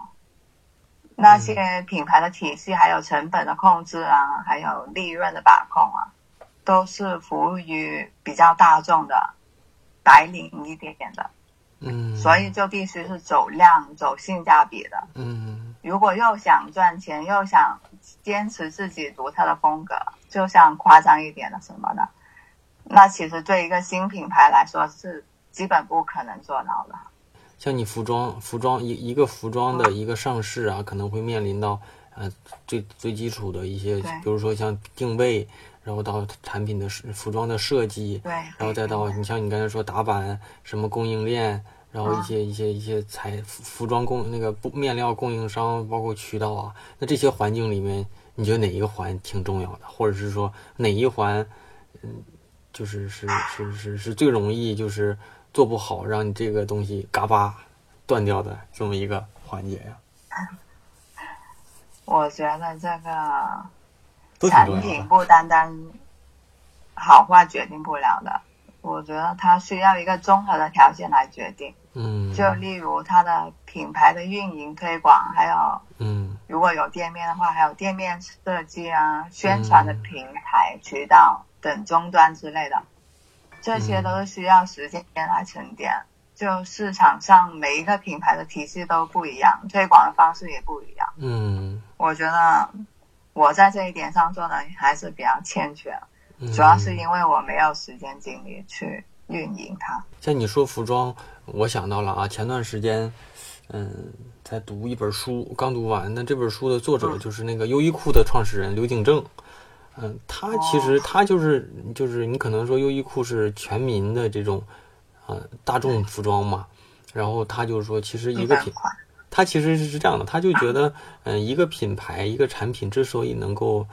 Speaker 3: 那些品牌的体系，还有成本的控制啊，还有利润的把控啊，都是服务于比较大众的、白领一点点的。
Speaker 1: 嗯，
Speaker 3: 所以就必须是走量、走性价比的。
Speaker 1: 嗯
Speaker 3: 如果又想赚钱，又想坚持自己独特的风格，就像夸张一点的什么的，那其实对一个新品牌来说是基本不可能做到的。
Speaker 1: 像你服装服装一一个服装的一个上市啊，可能会面临到呃最最基础的一些，
Speaker 3: 对
Speaker 1: 比如说像定位，然后到产品的设服装的设计，
Speaker 3: 对，
Speaker 1: 然后再到你像你刚才说打板什么供应链，然
Speaker 2: 啊
Speaker 1: 后一些一些一些材服服装供那个布面料供应商，包括渠道啊，那这些环境里面，你觉得哪一个环挺重要的，或者是说哪一环，嗯，就是是是是是最容易就是做不好，让你这个东西嘎巴断掉的这么一个环节呀、
Speaker 3: 我觉得这个
Speaker 2: 都挺
Speaker 3: 产
Speaker 2: 重要
Speaker 3: 品
Speaker 2: 的。
Speaker 3: 不单单好坏决定不了的，我觉得它需要一个综合的条件来决定。
Speaker 1: 嗯，
Speaker 3: 就例如它的品牌的运营推广，还有
Speaker 1: 嗯
Speaker 3: 如果有店面的话，还有店面设计啊、宣传的平台、渠道等终端之类的，
Speaker 1: 嗯
Speaker 3: 这些都是需要时间来沉淀。就市场上每一个品牌的体系都不一样，推广的方式也不一样。
Speaker 1: 嗯，
Speaker 3: 我觉得我在这一点上做的还是比较欠缺，
Speaker 1: 嗯
Speaker 3: 主要是因为我没有时间精力去运营它。
Speaker 1: 像你说服装，我想到了啊，前段时间，嗯，在读一本书，刚读完。那这本书的作者
Speaker 3: 嗯
Speaker 1: 就是那个优衣库的创始人刘景正，嗯，他其实他就是就是你可能说优衣库是全民的这种，呃，大众服装嘛，然后他就说其实一
Speaker 3: 一
Speaker 1: 个
Speaker 3: 般
Speaker 1: 品
Speaker 3: 款，
Speaker 1: 他其实是这样的，他就觉得，嗯、一个品牌、一个产品之所以能够，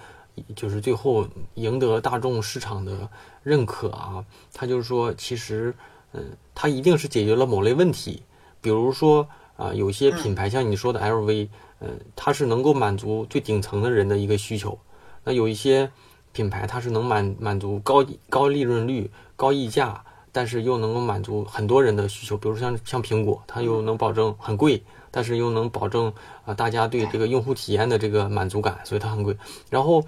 Speaker 1: 就是最后赢得大众市场的认可啊，他就是说，其实，嗯、它一定是解决了某类问题，比如说啊、有些品牌像你说的 LV，嗯、它是能够满足最顶层的人的一个需求，那有一些品牌它是能满满足高高利润率、高溢价，但是又能够满足很多人的需求，比如像像苹果，它又能保证很贵，但是又能保证啊、呃大家对这个用户体验的这个满足感，所以它很贵。然后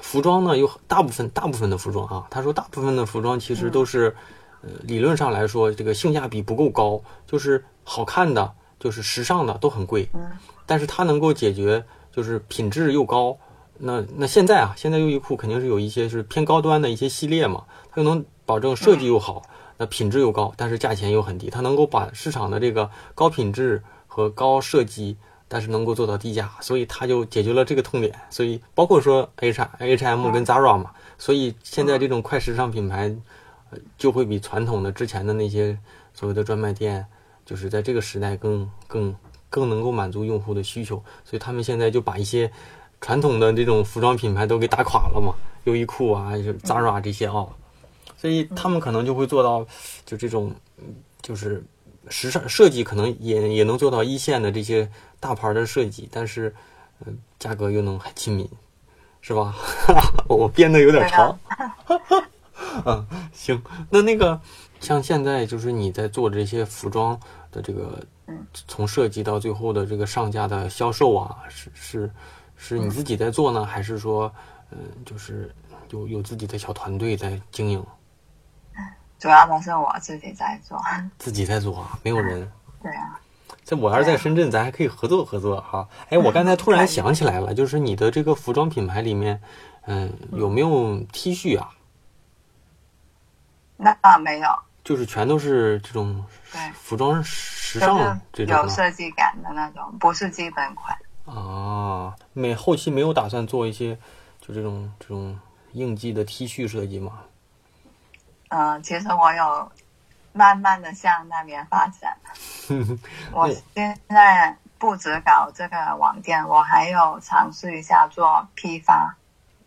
Speaker 1: 服装呢，有大部分大部分的服装啊，他说大部分的服装其实都是，呃，理论上来说这个性价比不够高，就是好看的，就是时尚的都很贵，
Speaker 3: 嗯
Speaker 1: 但是它能够解决就是品质又高。那那现在啊，现在优衣库肯定是有一些是偏高端的一些系列嘛，它又能保证设计又好，那品质又高，但是价钱又很低，它能够把市场的这个高品质和高设计，但是能够做到低价，所以它就解决了这个痛点。所以包括说 H H M 跟 Zara 嘛，所以现在这种快时尚品牌呃就会比传统的之前的那些所谓的专卖店，就是在这个时代更更更能够满足用户的需求，所以他们现在就把一些传统的这种服装品牌都给打垮了嘛，优衣库啊、就是 Zara 这些啊、所以他们可能就会做到就这种嗯就是时尚设计，可能也也能做到一线的这些大牌的设计，但是嗯、价格又能很亲民，是吧？ [LAUGHS] 我编的有点长。 [LAUGHS] 嗯，行，那那个像现在就是你在做这些服装的这个
Speaker 3: 嗯，
Speaker 1: 从设计到最后的这个上架的销售啊，是是是你自己在做呢，还是说嗯、呃就是有有自己的小团队在经营？
Speaker 3: 主要都是我自己在做。 [LAUGHS]
Speaker 1: 自己在做啊，没有人。
Speaker 3: 对啊，
Speaker 1: 这我要是在深圳，咱还可以合作合作哈、哎，我刚才突然想起来了，就是你的这个服装品牌里面，嗯，有没有 T 恤啊？
Speaker 3: 那啊没有，
Speaker 1: 就是全都是这种
Speaker 3: 对
Speaker 1: 服装时
Speaker 3: 就
Speaker 1: 尚
Speaker 3: 是
Speaker 1: 这
Speaker 3: 有
Speaker 1: 种的
Speaker 3: 设计感的那种，不是基本款。
Speaker 1: 啊？没后期没有打算做一些就这种这种应季的 T 恤设计吗？
Speaker 3: 嗯、其实我有慢慢的向那边发
Speaker 1: [LAUGHS]
Speaker 3: 展。我现在不止搞这个网店，我还有尝试一下做批发，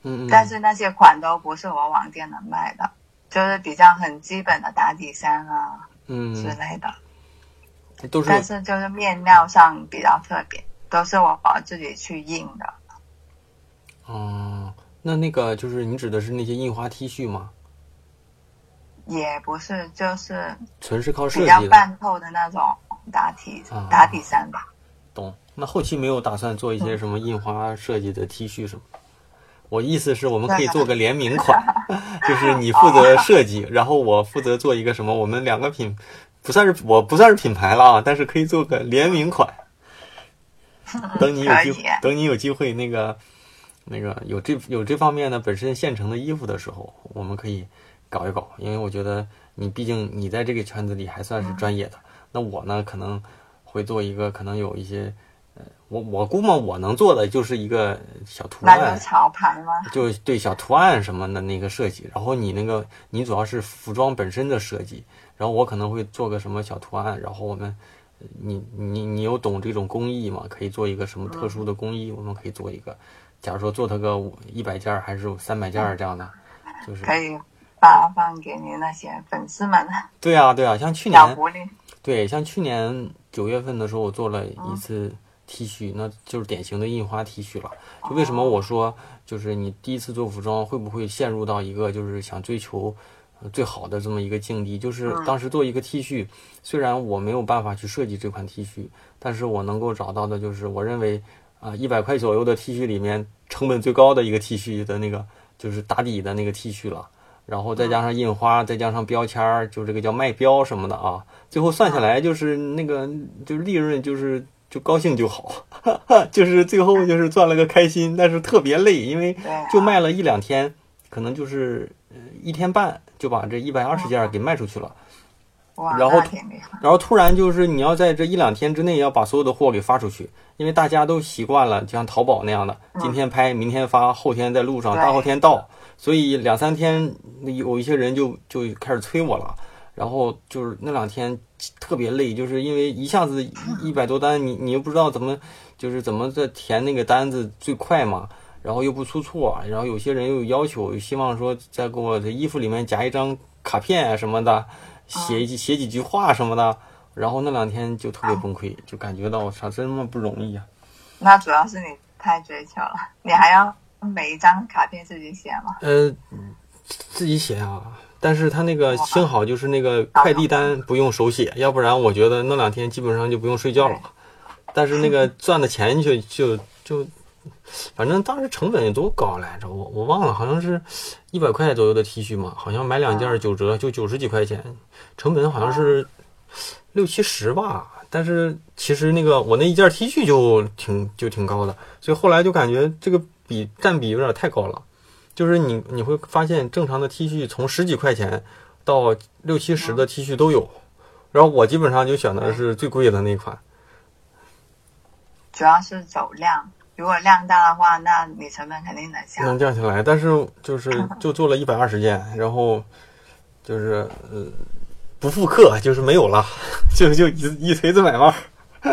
Speaker 1: 嗯嗯，
Speaker 3: 但是那些款都不是我网店能卖的，就是比较很基本的打底衫啊之
Speaker 1: 嗯
Speaker 3: 类的。
Speaker 1: 都是
Speaker 3: 但是就是面料上比较特别，都是我自己去印的。
Speaker 1: 哦，那那个就是你指的是那些印花 T 恤吗？
Speaker 3: 也不是，就是
Speaker 1: 纯是靠设
Speaker 3: 比较
Speaker 1: 计的，
Speaker 3: 半透的那种打底、
Speaker 1: 啊
Speaker 3: 打底衫吧。
Speaker 1: 懂？那后期没有打算做一
Speaker 3: 嗯
Speaker 1: 些什么印花设计的 T 恤什么？我意思是我们可
Speaker 3: [LAUGHS]
Speaker 1: 以做个联名款， [LAUGHS] 就是你负
Speaker 3: 哦
Speaker 1: 责设计，然后我负责做一个什么，我们两个品不算是我不算是品牌了啊，但是可以做个联名
Speaker 3: [LAUGHS]
Speaker 1: 款。等你有机
Speaker 3: 可
Speaker 1: 会
Speaker 3: 以，
Speaker 1: 等你有机会那个那个有这有这方面的本身现成的衣服的时候，我们可以搞一搞，因为我觉得你毕竟你在这个圈子里还
Speaker 3: 嗯
Speaker 1: 算是专业的，那我呢可能会做一个可能有一些。呃，我我估摸我能做的就是一个小图
Speaker 3: 那
Speaker 1: 案，
Speaker 3: 就潮牌吗？
Speaker 1: 就对小图案什么的那个设计，然后你那个你主要是服装本身的设计，然后我可能会做个什么小图案，然后我们你你你有懂这种工艺吗？可以做一个什么特殊
Speaker 3: 嗯
Speaker 1: 的工艺，我们可以做一个，假如说做它个一百件儿还是三百件儿这样的，就是
Speaker 3: 嗯可以发放给你那些粉丝们
Speaker 1: 对啊对啊，像去
Speaker 3: 小
Speaker 1: 年
Speaker 3: 福
Speaker 1: [LAUGHS]
Speaker 3: 利。
Speaker 1: 对像去年九月份的时候，我做了一次 T 恤，那就是典型的印花 T 恤了。就为什么我说，就是你第一次做服装，会不会陷入到一个就是想追求呃最好的这么一个境地？就是当时做一个 T 恤，虽然我没有办法去设计这款 T 恤，但是我能够找到的就是我认为啊一百块左右的 T 恤里面成本最高的一个 T 恤的那个就是打底的那个 T 恤了。然后再加上印花，再加上标签儿，就这个叫卖标什么的啊，最后算下来就是那个就是利润就是就高兴就好。 [LAUGHS] 就是最后就是赚了个开心，但是特别累，因为
Speaker 3: 对啊
Speaker 1: 就卖了一两天，可能就是呃一天半就把这一百二十件儿给卖出去了。
Speaker 3: 哇，
Speaker 1: 然后
Speaker 3: 那挺厉害。
Speaker 1: 然后突然就是你要在这一两天之内要把所有的货给发出去，因为大家都习惯了，就像淘宝那样的，今天拍，明天发，后天在路上，
Speaker 3: 对
Speaker 1: 大后天到，所以两三天有一些人就就开始催我了。然后就是那两天特别累，就是因为一下子一一百多单，你你又不知道怎么，就是怎么在填那个单子最快嘛，然后又不出错，啊然后有些人又有要求，又希望说再给我的衣服里面夹一张卡片啊什么的，写一写几句话什么的，然后那两天就特别崩溃，就感觉到我啥这么不容易啊。
Speaker 3: 那主要是你太追求了，你还要每一张卡片自己写吗？
Speaker 1: 呃，自己写啊，但是他那个幸好就是那个快递单不用手写，要不然我觉得那两天基本上就不用睡觉了。但是那个赚的钱就就就，反正当时成本有多高来着，我我忘了，好像是一百块左右的 T 恤嘛，好像买两件九折，就九十几块钱，成本好像是六七十吧。但是其实那个我那一件 T 恤就挺就挺高的，所以后来就感觉这个比占比有点太高了。就是你你会发现，正常的 T 恤从十几块钱到六七十的 T 恤都有，然后我基本上就选的是最贵的那款。
Speaker 3: 主要是走量，如果量大的话，那你成本肯定能下。
Speaker 1: 能降下来，但是就是就做了一百二十件，然后就是呃不复刻，就是没有了，就就一一锤子买卖。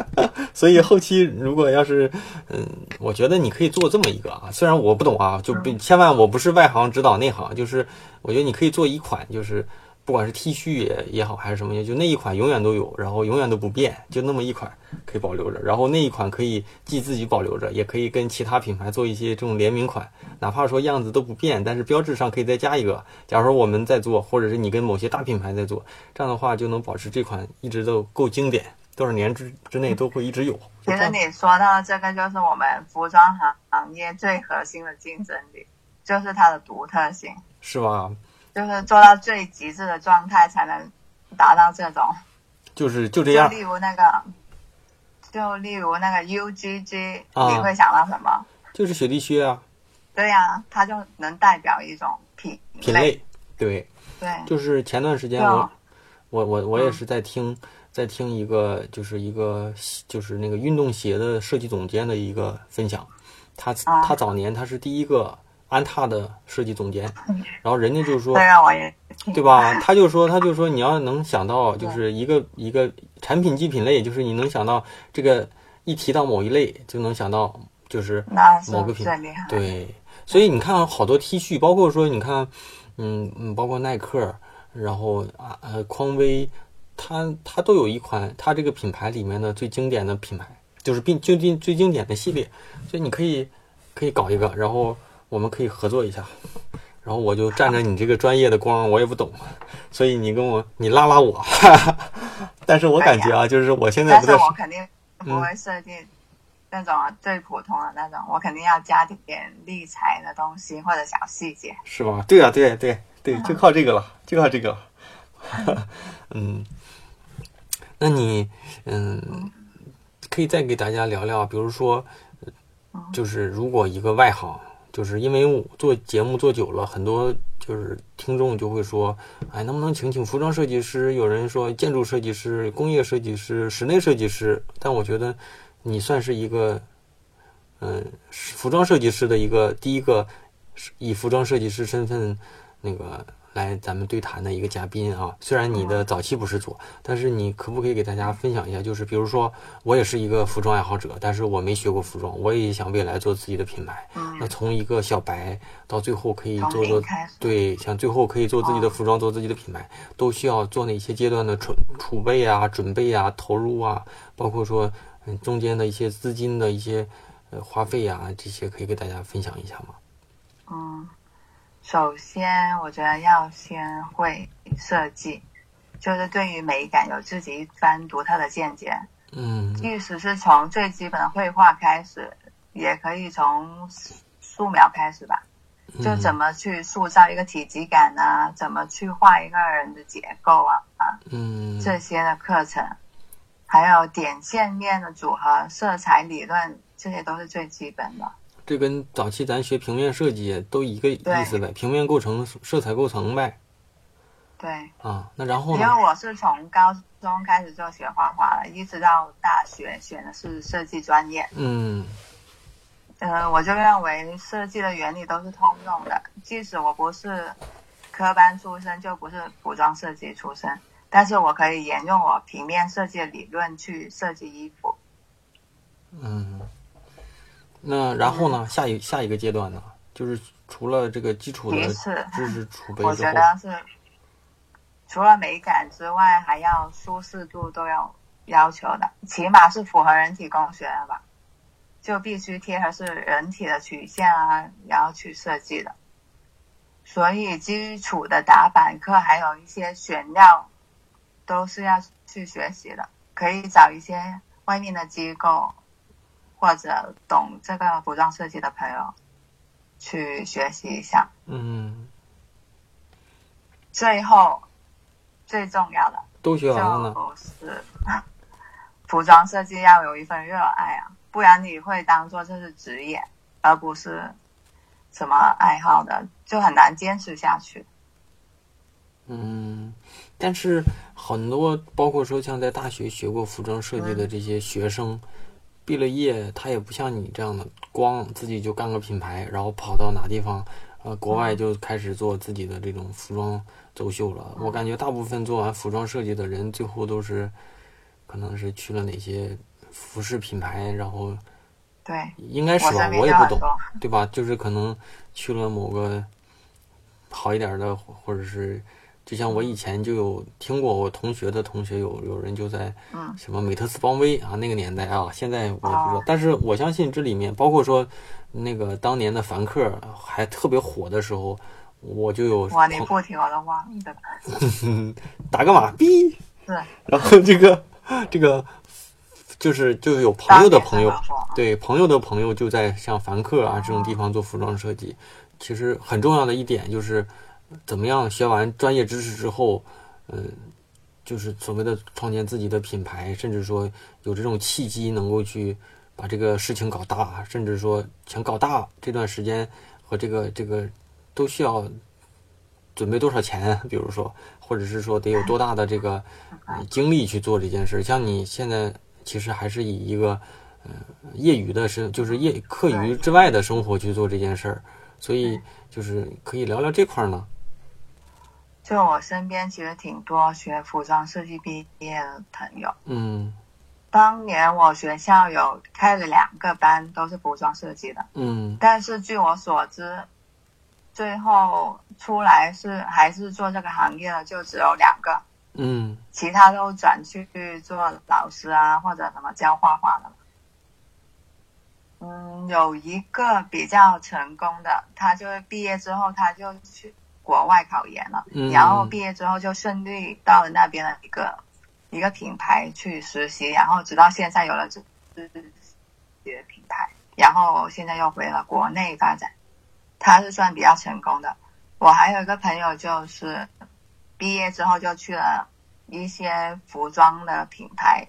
Speaker 1: [LAUGHS] 所以后期如果要是嗯，我觉得你可以做这么一个啊，虽然我不懂啊，就不千万我不是外行指导内行，就是我觉得你可以做一款，就是不管是 T 恤也也好还是什么也，就那一款永远都有，然后永远都不变，就那么一款可以保留着，然后那一款可以既自己保留着，也可以跟其他品牌做一些这种联名款，哪怕说样子都不变，但是标志上可以再加一个。假如说我们在做，或者是你跟某些大品牌在做，这样的话就能保持这款一直都够经典，多少年之之内都会一直有。
Speaker 3: 其实你说到这个，就是我们服装行行业最核心的竞争力，就是它的独特性。
Speaker 1: 是吧？
Speaker 3: 就是做到最极致的状态，才能达到这种。
Speaker 1: 就是就这
Speaker 3: 就
Speaker 1: 样
Speaker 3: 例如那个，就例如那个 UGG，、
Speaker 1: 啊
Speaker 3: 你会想到什么？
Speaker 1: 就是雪地靴啊，
Speaker 3: 对呀、它就能代表一种品
Speaker 1: 品类。对，
Speaker 3: 对，
Speaker 1: 就是前段时间
Speaker 3: 对
Speaker 1: 我
Speaker 3: 啊
Speaker 1: 我我我也是在听在听一个就是一个就是那个运动鞋的设计总监的一个分享，他
Speaker 3: 啊
Speaker 1: 他早年他是第一个安踏的设计总监，然后人家就说
Speaker 3: 这让我也挺
Speaker 1: 对吧？他就说，他就说，你要能想到，就是一个一个产品及品类，就是你能想到这个，一提到某一类，就能想到就是
Speaker 3: 那是
Speaker 1: 某个品
Speaker 3: 最厉害。
Speaker 1: 对。所以你看，好多 T 恤，包括说你看，嗯嗯，包括耐克，然后啊呃匡威，它它都有一款，它这个品牌里面的最经典的品牌，就是并最近最经典的系列，所以你可以可以搞一个，然后我们可以合作一下。然后我就占着你这个专业的光，我也不懂，所以你跟我你拉拉我， [LAUGHS] 哈哈。但是我感觉啊，就是嗯我现在
Speaker 3: 但
Speaker 1: 不
Speaker 3: 是
Speaker 1: 在
Speaker 3: 我肯定不会设计那种最普通的那种，我肯定要加点立裁的东西或者小细节。
Speaker 1: 是吧？啊
Speaker 2: 对呀、对呀对呀对，就靠这个了，就靠这个了。
Speaker 1: [LAUGHS] 嗯，那你嗯，可以再给大家聊聊，比如说，呃就是如果一个外行，就是因为我做节目做久了，很多就是听众就会说，哎，能不能请请服装设计师？有人说建筑设计师、工业设计师、室内设计师，但我觉得你算是一个，嗯、服装设计师的一个第一个是以服装设计师身份那个来咱们对谈的一个嘉宾啊。虽然你的
Speaker 3: 嗯
Speaker 1: 早期不是做，但是你可不可以给大家分享一下？就是比如说，我也是一个服装爱好者，但是我没学过服装，我也想未来做自己的品牌。那
Speaker 3: 嗯，
Speaker 1: 从一个小白到最后可以
Speaker 3: 从
Speaker 1: 做
Speaker 3: 零
Speaker 1: 做，
Speaker 3: 开始。
Speaker 1: 对，想最后可以做自己
Speaker 3: 哦
Speaker 1: 的服装，做自己的品牌，都需要做哪些阶段的储储备啊、准备啊、投入啊，包括说嗯中间的一些资金的一些呃花费啊，这些可以给大家分享一下吗？
Speaker 3: 嗯，首先我觉得要先会设计，就是对于美感有自己一番独特的见解。
Speaker 1: 嗯
Speaker 3: 即使是从最基本的绘画开始，也可以从素描开始吧。就
Speaker 1: 嗯
Speaker 3: 怎么去塑造一个体积感啊，怎么去画一个人的结构啊啊
Speaker 1: 嗯
Speaker 3: 这些的课程，还有点线面的组合、色彩理论，这些都是最基本的。
Speaker 1: 这跟早期咱学平面设计都一个意思呗，平面构成、色彩构成呗。
Speaker 3: 对，
Speaker 1: 啊，那然后
Speaker 3: 因
Speaker 1: 呢
Speaker 3: 为？我是从高中开始就学画画了，一直到大学选的是设计专业。
Speaker 1: 嗯
Speaker 3: 呃，我就认为设计的原理都是通用的，即使我不是科班出身，就不是服装设计出身，但是我可以沿用我平面设计的理论去设计衣服。
Speaker 1: 嗯，那然后
Speaker 3: 嗯
Speaker 1: 呢？下一下一个阶段呢？就是除了这个基础的
Speaker 3: 其次，
Speaker 1: 知识储备
Speaker 3: 我
Speaker 1: 之
Speaker 3: 觉
Speaker 1: 后，
Speaker 3: 得是除了美感之外，还要舒适度都有要求的，起码是符合人体工学的吧，就必须贴合是人体的曲线啊，然后去设计的。所以基础的打板课还有一些选料，都是要去学习的。可以找一些外面的机构或者懂这个服装设计的朋友去学习一下。
Speaker 1: 嗯，
Speaker 3: 最后最重要的
Speaker 1: 都学完了呢。
Speaker 3: 就是服装设计要有一份热爱啊，不然你会当做这是职业，而不是什么爱好的，就很难坚持下去。
Speaker 1: 嗯，但是很多包括说像在大学学过服装设计的这些学生，毕了业他也不像你这样的，光自己就干个品牌，然后跑到哪地方，呃，国外就开始做自己的这种服装走秀了。我感觉大部分做完服装设计的人，最后都是可能是去了哪些服饰品牌，然后
Speaker 3: 对
Speaker 1: 应该是
Speaker 3: 我
Speaker 1: 吧
Speaker 3: 身，边
Speaker 1: 我也
Speaker 3: 就
Speaker 1: 不
Speaker 3: 很
Speaker 1: 懂。
Speaker 3: 多，
Speaker 1: 对吧？就是可能去了某个好一点儿的，或或者是就像我以前就有听过，我同学的同学有有人就在
Speaker 3: 嗯
Speaker 1: 什么美特斯邦威啊那个年代啊，现在我也不知道
Speaker 3: 哦，
Speaker 1: 但是我相信这里面包括说那个当年的凡客还特别火的时候，我就有
Speaker 3: 哇，你
Speaker 1: 朋
Speaker 3: 不提我都忘了，对吧？
Speaker 1: 打个马逼，
Speaker 3: 是
Speaker 1: 然后这个这个就是就有朋友的朋友
Speaker 3: 当年的时候，
Speaker 1: 对朋友的朋友就在像凡客啊这种地方做服装设计。其实很重要的一点就是，怎么样学完专业知识之后，嗯，就是所谓的创建自己的品牌，甚至说有这种契机能够去把这个事情搞大，啊甚至说想搞大这段时间和这个这个都需要准备多少钱，啊比如说，或者是说得有多大的这个、呃精力去做这件事。像你现在其实还是以一个呃业余的生，就是业课余之外的生活去做这件事儿，所以就是可以聊聊这块儿呢。
Speaker 3: 就我身边其实挺多学服装设计毕业的朋友。
Speaker 1: 嗯
Speaker 3: 当年我学校有开了两个班，都是服装设计的，
Speaker 1: 嗯
Speaker 3: 但是据我所知，最后出来是还是做这个行业的就只有两个，
Speaker 1: 嗯
Speaker 3: 其他都转去做老师啊，或者什么教画画的。嗯，有一个比较成功的，他就是毕业之后他就去国外考研了，
Speaker 1: 嗯
Speaker 3: 然后毕业之后就顺利到了那边的一个一个品牌去实习，然后直到现在有了自自己的品牌，然后现在又回了国内发展，他是算比较成功的。我还有一个朋友就是毕业之后就去了一些服装的品牌，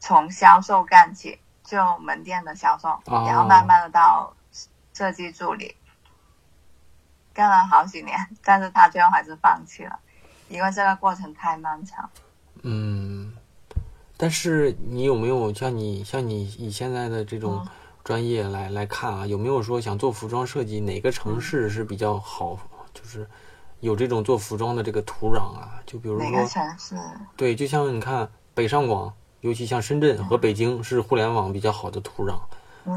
Speaker 3: 从销售干起，就门店的销售，
Speaker 1: 哦
Speaker 3: 然后慢慢的到设计助理，干了好几年，但是他最后还是放弃了，因为这个过程太漫长。
Speaker 1: 嗯。但是你有没有像你像你以现在的这
Speaker 3: 嗯
Speaker 1: 种专业来、来看啊，有没有说想做服装设计，哪个城市是比较好，就是有这种做服装的这个土壤啊？就比如
Speaker 3: 每
Speaker 1: 说
Speaker 3: 个城市，
Speaker 1: 对，就像你看北上广，尤其像深圳和北京是互联网比较好的土壤。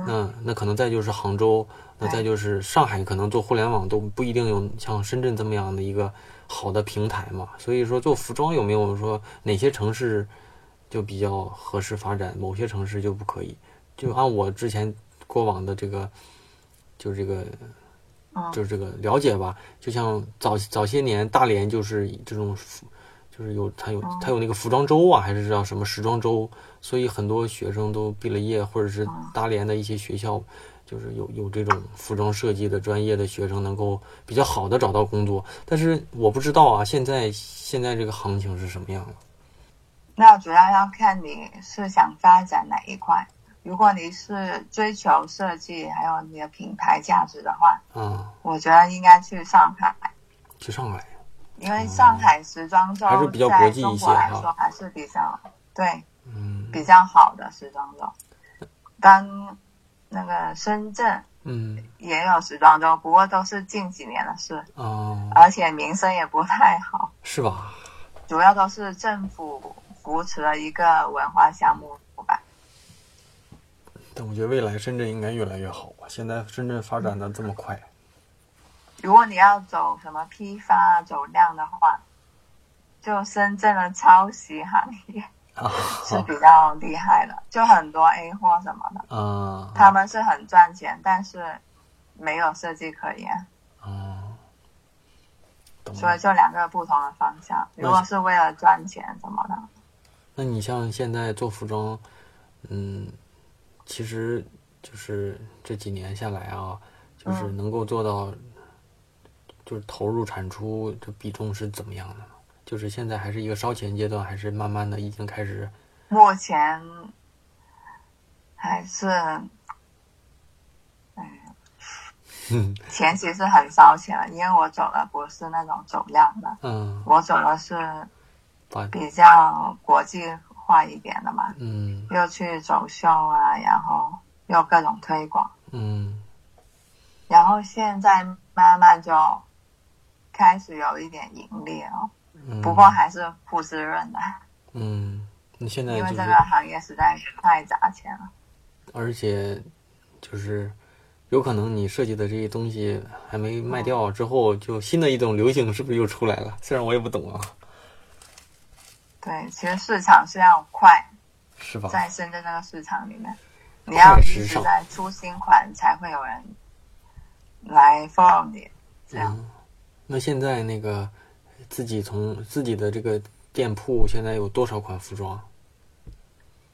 Speaker 1: 那那可能再就是杭州，那再就是上海，可能做互联网都不一定有像深圳这么样的一个好的平台嘛。所以说，做服装有没有说哪些城市就比较合适发展，某些城市就不可以？就按我之前过往的这个，就这个
Speaker 3: 嗯，
Speaker 1: 就是这个了解吧。就像早早些年大连就是以这种服，就是有它有它有那个服装周啊，还是叫什么时装周，所以很多学生都毕了业，或者是大连的一些学校，就是有有这种服装设计的专业的学生能够比较好的找到工作。但是我不知道啊，现在现在这个行情是什么样了？
Speaker 3: 那主要要看你是想发展哪一块。如果你是追求设计，还有你的品牌价值的话，
Speaker 1: 啊，
Speaker 3: 我觉得应该去上海，
Speaker 1: 去上海，
Speaker 3: 因为上海时装周
Speaker 1: 还是比较国
Speaker 3: 在
Speaker 1: 际一
Speaker 3: 中
Speaker 1: 些
Speaker 3: 国来
Speaker 1: 哈
Speaker 3: 说还是比较对
Speaker 1: 嗯
Speaker 3: 比较好的时装周。当那个深圳
Speaker 1: 嗯
Speaker 3: 也有时装周，不过都是近几年的事，
Speaker 1: 啊，
Speaker 3: 而且名声也不太好，
Speaker 1: 是吧？
Speaker 3: 主要都是政府扶持的一个文化项目吧。
Speaker 2: 但我觉得未来深圳应该越来越好吧。现在深圳发展的这么快，
Speaker 3: 如果你要走什么批发走量的话，就深圳的抄袭行业
Speaker 2: 啊
Speaker 3: 是比较厉害的，就很多 A 货什么的，
Speaker 1: 啊
Speaker 3: 他们是很赚钱，但是没有设计可言，
Speaker 1: 啊，懂
Speaker 3: 所
Speaker 1: 了
Speaker 3: 以。就两个不同的方向。如果是为了赚钱什么的，
Speaker 1: 那你像现在做服装，嗯，其实就是这几年下来啊，就是
Speaker 3: 嗯
Speaker 1: 能够做到，就是投入产出这比重是怎么样的呢？就是现在还是一个烧钱阶段，还是慢慢的已经开始
Speaker 3: 目前还是，哎
Speaker 1: 嗯，
Speaker 3: 前期是很烧钱的，因为我走的不是那种走量的， [LAUGHS]
Speaker 1: 嗯，
Speaker 3: 我走的是
Speaker 1: 把
Speaker 3: 比较国际化一点的嘛，
Speaker 1: 嗯
Speaker 3: 又去走秀啊，然后又各种推广，
Speaker 1: 嗯
Speaker 3: 然后现在慢慢就开始有一点盈利了，
Speaker 1: 嗯，
Speaker 3: 不过还是不滋
Speaker 1: [LAUGHS]
Speaker 3: 润的，
Speaker 1: 嗯，你现在
Speaker 3: 因为
Speaker 1: 就
Speaker 3: 这
Speaker 1: 是
Speaker 3: 个，行业实在是太砸钱了。
Speaker 1: 而且就是。有可能你设计的这些东西还没卖掉之后，就新的一种流行是不是又出来了？虽然我也不懂啊，
Speaker 3: 对，其实市场是要快，
Speaker 1: 是吧？
Speaker 3: 在深圳这个市场里面，你
Speaker 1: 快
Speaker 3: 要一
Speaker 1: 时
Speaker 3: 直
Speaker 1: 尚
Speaker 3: 在出新款，才会有人来 follow 你。这样，
Speaker 1: 嗯，那现在那个自己从自己的这个店铺现在有多少款服装？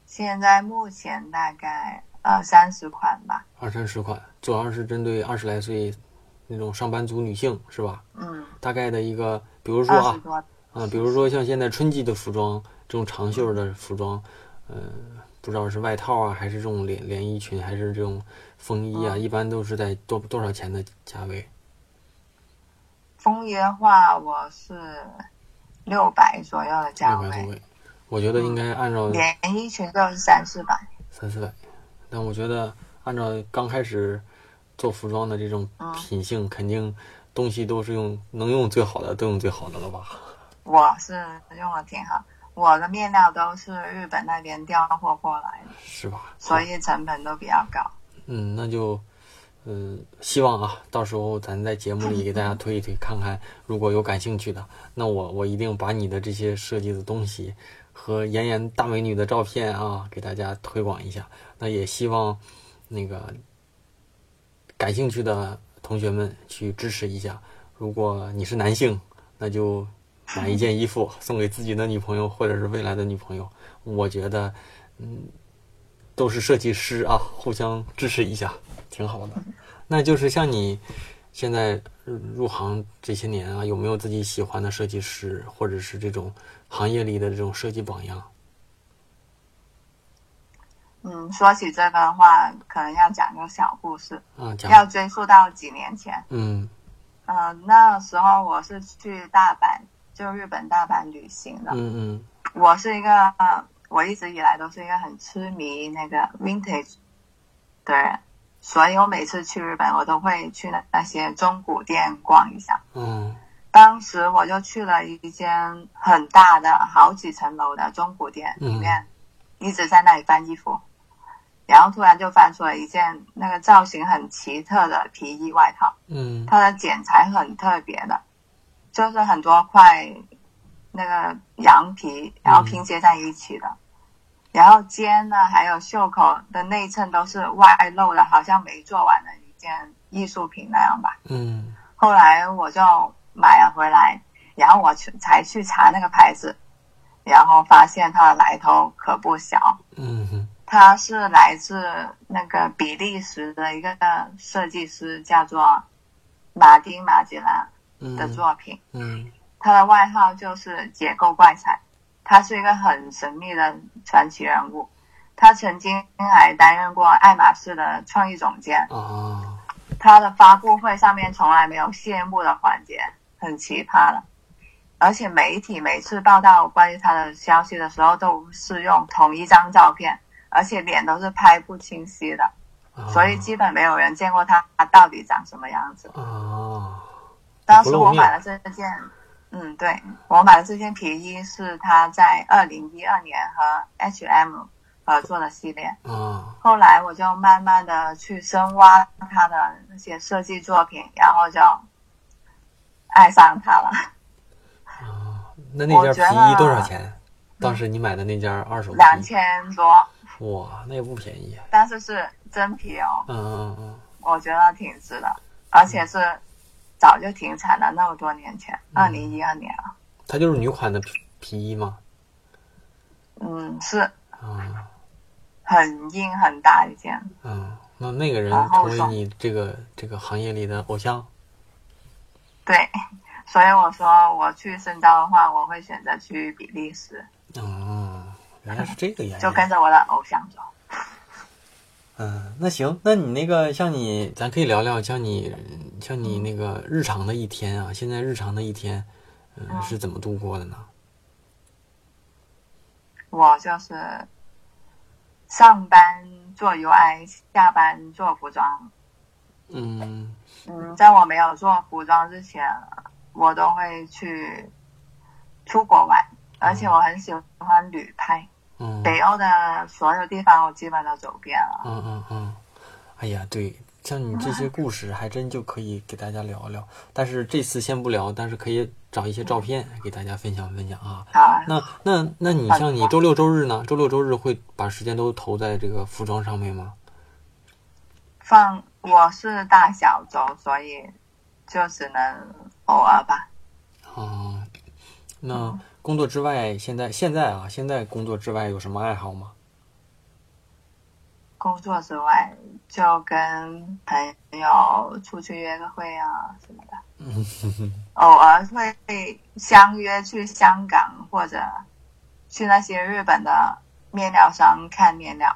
Speaker 3: 现在目前大概二三十款吧。
Speaker 1: 二三十款，主要是针对二十来岁那种上班族女性是吧？
Speaker 3: 嗯，
Speaker 1: 大概的一个，比如说
Speaker 3: 二
Speaker 1: 啊
Speaker 3: 十，多，
Speaker 1: 啊，比如说像现在春季的服装，这种长袖的服装，呃，不知道是外套啊，还是这种连连衣裙，还是这种风衣
Speaker 3: 嗯
Speaker 1: 啊，一般都是在多多少钱的价位？
Speaker 3: 风衣的话我是六百左右的价
Speaker 1: 六百多
Speaker 3: 位，嗯
Speaker 1: 位，我觉得应该按照
Speaker 3: 连衣裙都是三四百。
Speaker 1: 三四百，但我觉得按照刚开始做服装的这种
Speaker 3: 嗯
Speaker 1: 品性，肯定东西都是用能用最好的都用最好的了吧？
Speaker 3: 我是用的挺好，我的面料都是日本那边调货过来的，
Speaker 1: 是吧？
Speaker 3: 所以成本都比较高。
Speaker 1: 嗯，那就，嗯，希望啊，到时候咱在节目里给大家推一推，看看如果有感兴趣的，那我我一定把你的这些设计的东西和妍妍大美女的照片啊，给大家推广一下。那也希望那个感兴趣的同学们去支持一下。如果你是男性，那就买一件衣服送给自己的女朋友或者是未来的女朋友，我觉得。都是设计师啊，互相支持一下，挺好的。那就是像你现在入入行这些年啊，有没有自己喜欢的设计师，或者是这种行业里的这种设计榜样？
Speaker 3: 嗯，说起这个的话，可能要讲个小故事，
Speaker 1: 啊，
Speaker 3: 要
Speaker 1: 讲，
Speaker 3: 追溯到几年前。
Speaker 1: 嗯
Speaker 3: 嗯、那时候我是去大阪，就日本大阪旅行的。
Speaker 1: 嗯嗯
Speaker 3: 我是一个，呃我一直以来都是一个很痴迷那个 vintage 的人，所以我每次去日本，我都会去那那些中古店逛一下。
Speaker 1: 嗯
Speaker 3: 当时我就去了一间很大的、好几层楼的中古店，
Speaker 1: 嗯
Speaker 3: 里面一直在那里翻衣服，然后突然就翻出了一件那个造型很奇特的皮衣外套，
Speaker 1: 嗯
Speaker 3: 它的剪裁很特别的，就是很多块那个羊皮，然后拼接在一起的。然后肩呢，还有袖口的内衬都是外露的，好像没做完的一件艺术品那样吧。
Speaker 1: 嗯
Speaker 3: 后来我就买了回来，然后我去才去查那个牌子，然后发现它的来头可不小，
Speaker 1: 嗯嗯
Speaker 3: 它是来自那个比利时的一个设计师，叫做马丁·马吉拉的
Speaker 1: 嗯
Speaker 3: 作品，
Speaker 1: 嗯
Speaker 3: 他的外号就是结构怪才，他是一个很神秘的传奇人物。他曾经还担任过爱马仕的创意总监，
Speaker 1: 啊，
Speaker 3: 他的发布会上面从来没有谢幕的环节，很奇葩的。而且媒体每次报道关于他的消息的时候，都是用同一张照片，而且脸都是拍不清晰的，
Speaker 1: 啊
Speaker 3: 所以基本没有人见过他他到底长什么样子。
Speaker 1: 啊，
Speaker 3: 当时我买了这件，嗯，对我买的这件皮衣是他在二零一二年和 H&M 合作的系列。
Speaker 1: 啊
Speaker 3: 后来我就慢慢的去深挖他的那些设计作品，然后就爱上他了。
Speaker 1: 那那件
Speaker 3: 我觉得
Speaker 1: 皮衣多少钱？当时你买的那件二手
Speaker 3: 两
Speaker 1: 皮，
Speaker 3: 千多，
Speaker 1: 哇，那也不便宜。
Speaker 3: 但是是真皮哦，
Speaker 1: 嗯嗯嗯
Speaker 3: 我觉得挺值的，而且是早就停产了那么多年前，二零一二年了。
Speaker 1: 嗯，它就是女款的皮皮衣嘛。
Speaker 3: 嗯，是
Speaker 1: 啊。
Speaker 3: 很硬很大一件。
Speaker 1: 嗯，那那个人成
Speaker 3: 然后
Speaker 1: 为
Speaker 3: 上
Speaker 1: 你这个这个行业里的偶像，
Speaker 3: 对， [LAUGHS] 所以我说我去深造的话，我会选择去比利时，
Speaker 1: 嗯，原来是这个原
Speaker 3: 就跟
Speaker 1: 因。
Speaker 3: 着我的偶像走。
Speaker 1: 嗯，那行，那你那个像你，咱可以聊聊像你像你那个日常的一天啊，现在日常的一天，嗯、
Speaker 3: 嗯
Speaker 1: 是怎么度过的呢？
Speaker 3: 我就是上班做 UI，下班做服装。
Speaker 1: 嗯
Speaker 3: 嗯，在我没有做服装之前，我都会去出国玩，而且我很喜欢旅拍，
Speaker 1: 嗯
Speaker 3: 北欧的所有地方我基本都走遍了。
Speaker 1: 嗯嗯嗯，哎呀，对，像你这些故事还真就可以给大家聊聊，但是这次先不聊，但是可以找一些照片给大家分享分享啊。
Speaker 3: 好啊，
Speaker 1: 那那那你像你周六周日呢？周六周日会把时间都投在这个服装上面吗？
Speaker 3: 放我是大小周，所以就只能偶尔吧。
Speaker 1: 啊、
Speaker 3: 嗯
Speaker 1: 那工作之外，现在现在啊，现在工作之外有什么爱好吗？
Speaker 3: 工作之外，就跟朋友出去约个会啊什么的，
Speaker 1: [LAUGHS]
Speaker 3: 偶尔会相约去香港或者去那些日本的面料商看面料，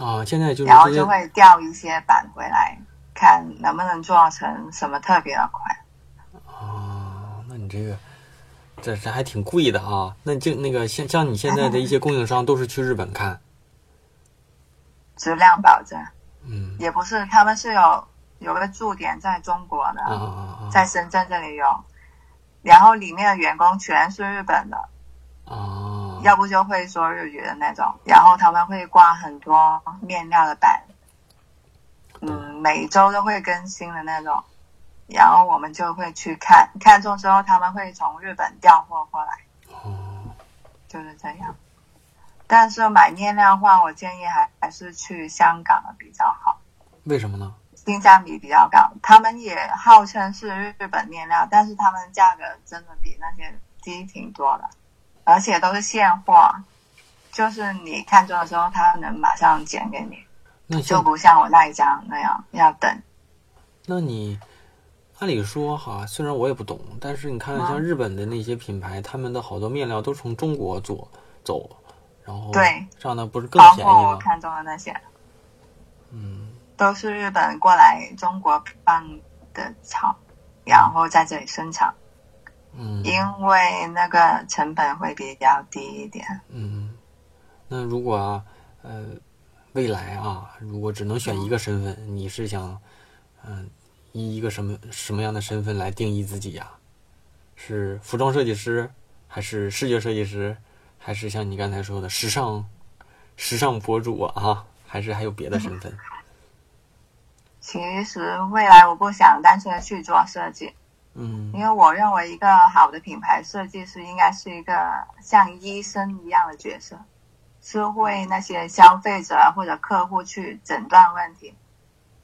Speaker 1: 啊，现在就是
Speaker 3: 然后
Speaker 1: 这些
Speaker 3: 就会调一些版回来，看能不能做成什么特别的款。
Speaker 1: 啊，那你这个这这还挺贵的啊。那就那个像像你现在的一些供应商都是去日本看，
Speaker 3: 质量保证， [LAUGHS]
Speaker 1: 嗯
Speaker 3: 也不是，他们是有有个驻点在中国的，
Speaker 1: 啊啊
Speaker 3: 在深圳这里有，然后里面的员工全是日本的，
Speaker 1: 啊啊！
Speaker 3: 要不就会说日语的那种，然后他们会挂很多面料的板，嗯，每周都会更新的那种，然后我们就会去看，看中之后他们会从日本调货过来，就是这样。但是买面料的话，我建议还还是去香港的比较好。
Speaker 1: 为什么呢？
Speaker 3: 性价比比较高。他们也号称是日本面料，但是他们价格真的比那些低挺多的，而且都是现货，就是你看中的时候，他能马上剪给你，
Speaker 1: 那
Speaker 3: 就
Speaker 1: 像
Speaker 3: 不像我那一张那样要等。
Speaker 1: 那你按理说哈，虽然我也不懂，但是你看
Speaker 3: 啊
Speaker 1: 像日本的那些品牌，他们的好多面料都从中国做走，然后
Speaker 3: 对
Speaker 1: 这样的不是更
Speaker 3: 包
Speaker 1: 便宜
Speaker 3: 括我
Speaker 1: 吗？
Speaker 3: 看中的那些，
Speaker 1: 嗯，
Speaker 3: 都是日本过来中国办的厂，然后在这里生产，
Speaker 1: 嗯
Speaker 3: 因为那个成本会比较低一点。
Speaker 1: 嗯，那如果啊，呃，未来啊，如果只能选一个身份，你是想，嗯、以一个什么什么样的身份来定义自己呀、是服装设计师，还是视觉设计师，还是像你刚才说的时尚时尚博主啊啊？还是还有别的身份？
Speaker 3: 其实未来我不想单纯的去做设计，
Speaker 1: 嗯
Speaker 3: 因为我认为一个好的品牌设计师应该是一个像医生一样的角色，是为那些消费者或者客户去诊断问题，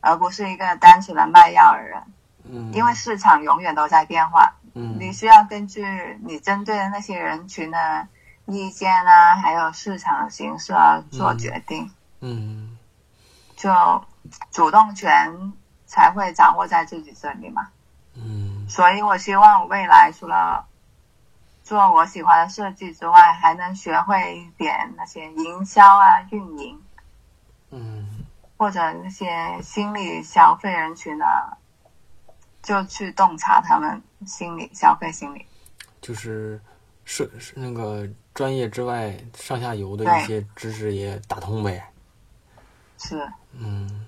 Speaker 3: 而不是一个单纯的卖药的人。
Speaker 1: 嗯，
Speaker 3: 因为市场永远都在变化，你
Speaker 1: 嗯
Speaker 3: 需要根据你针对的那些人群的意见啊，还有市场的形势而做决定，
Speaker 1: 嗯
Speaker 3: 就主动权才会掌握在自己这里嘛。
Speaker 1: 嗯
Speaker 3: 所以我希望我未来除了做我喜欢的设计之外，还能学会一点那些营销啊、运营
Speaker 1: 嗯
Speaker 3: 或者那些心理消费人群的，就去洞察他们心理消费心理。
Speaker 1: 就是是是那个专业之外上下游的一
Speaker 3: 对
Speaker 1: 些知识也打通呗。
Speaker 3: 是，
Speaker 1: 嗯，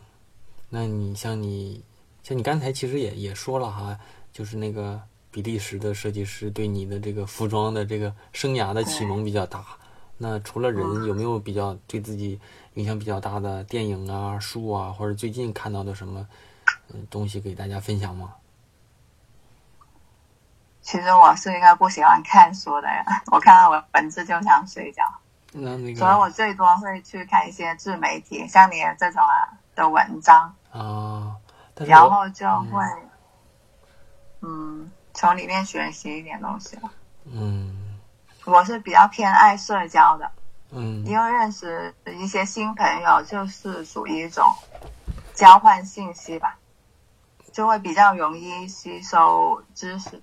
Speaker 1: 那你像你像你刚才其实也也说了哈，就是那个比利时的设计师对你的这个服装的这个生涯的启蒙比较大。那除了人，有没有比较对自己影响比较大的电影啊、书啊，或者最近看到的什么嗯东西给大家分享吗？
Speaker 3: 其实我是一个不喜欢看书的人，我看到文文字就想睡觉，
Speaker 1: 那那个
Speaker 3: 所以我最多会去看一些自媒体，像你这种啊的文章。
Speaker 1: 啊，但是
Speaker 3: 然
Speaker 1: 我
Speaker 3: 后就会，嗯，从里面学习一点东西吧。
Speaker 1: 嗯
Speaker 3: 我是比较偏爱社交的，
Speaker 1: 嗯
Speaker 3: 因为认识一些新朋友就是属于一种交换信息吧，就会比较容易吸收知识，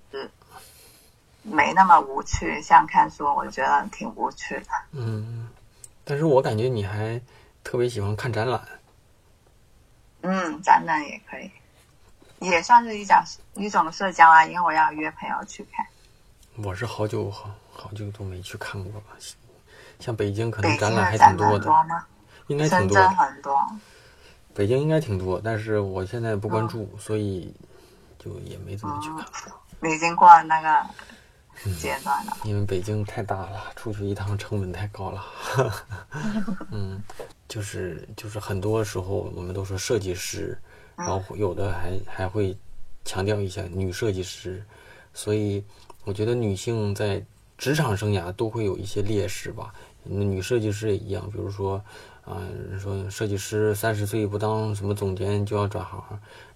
Speaker 3: 没那么无趣。像看书，我觉得挺无趣的。
Speaker 1: 嗯，但是我感觉你还特别喜欢看展览。
Speaker 3: 嗯，展览也可以，也算是一种一种社交啊，因为我要约朋友去看。
Speaker 1: 我是好久好好久都没去看过了，像北京可能
Speaker 3: 北京
Speaker 1: 嗯展览还
Speaker 3: 的
Speaker 1: 挺
Speaker 3: 展
Speaker 1: 多
Speaker 3: 览
Speaker 1: 的，
Speaker 3: 多吗？
Speaker 1: 应该挺
Speaker 3: 深
Speaker 1: 多
Speaker 3: 圳
Speaker 1: 的。
Speaker 3: 很多。
Speaker 1: 北京应该挺多，但是我现在不
Speaker 3: 嗯
Speaker 1: 关注，所以就也没怎么去
Speaker 3: 哦
Speaker 1: 看，
Speaker 3: 你已经过了那个阶段了。
Speaker 1: 因为北京太大了，出去一趟成本太高了。 [LAUGHS] 嗯，就是就是很多时候我们都说设计师，然后有的还还会强调一下女设计师，所以我觉得女性在职场生涯都会有一些劣势吧。那女设计师也一样，比如说，啊、人说设计师三十岁不当什么总监就要转行，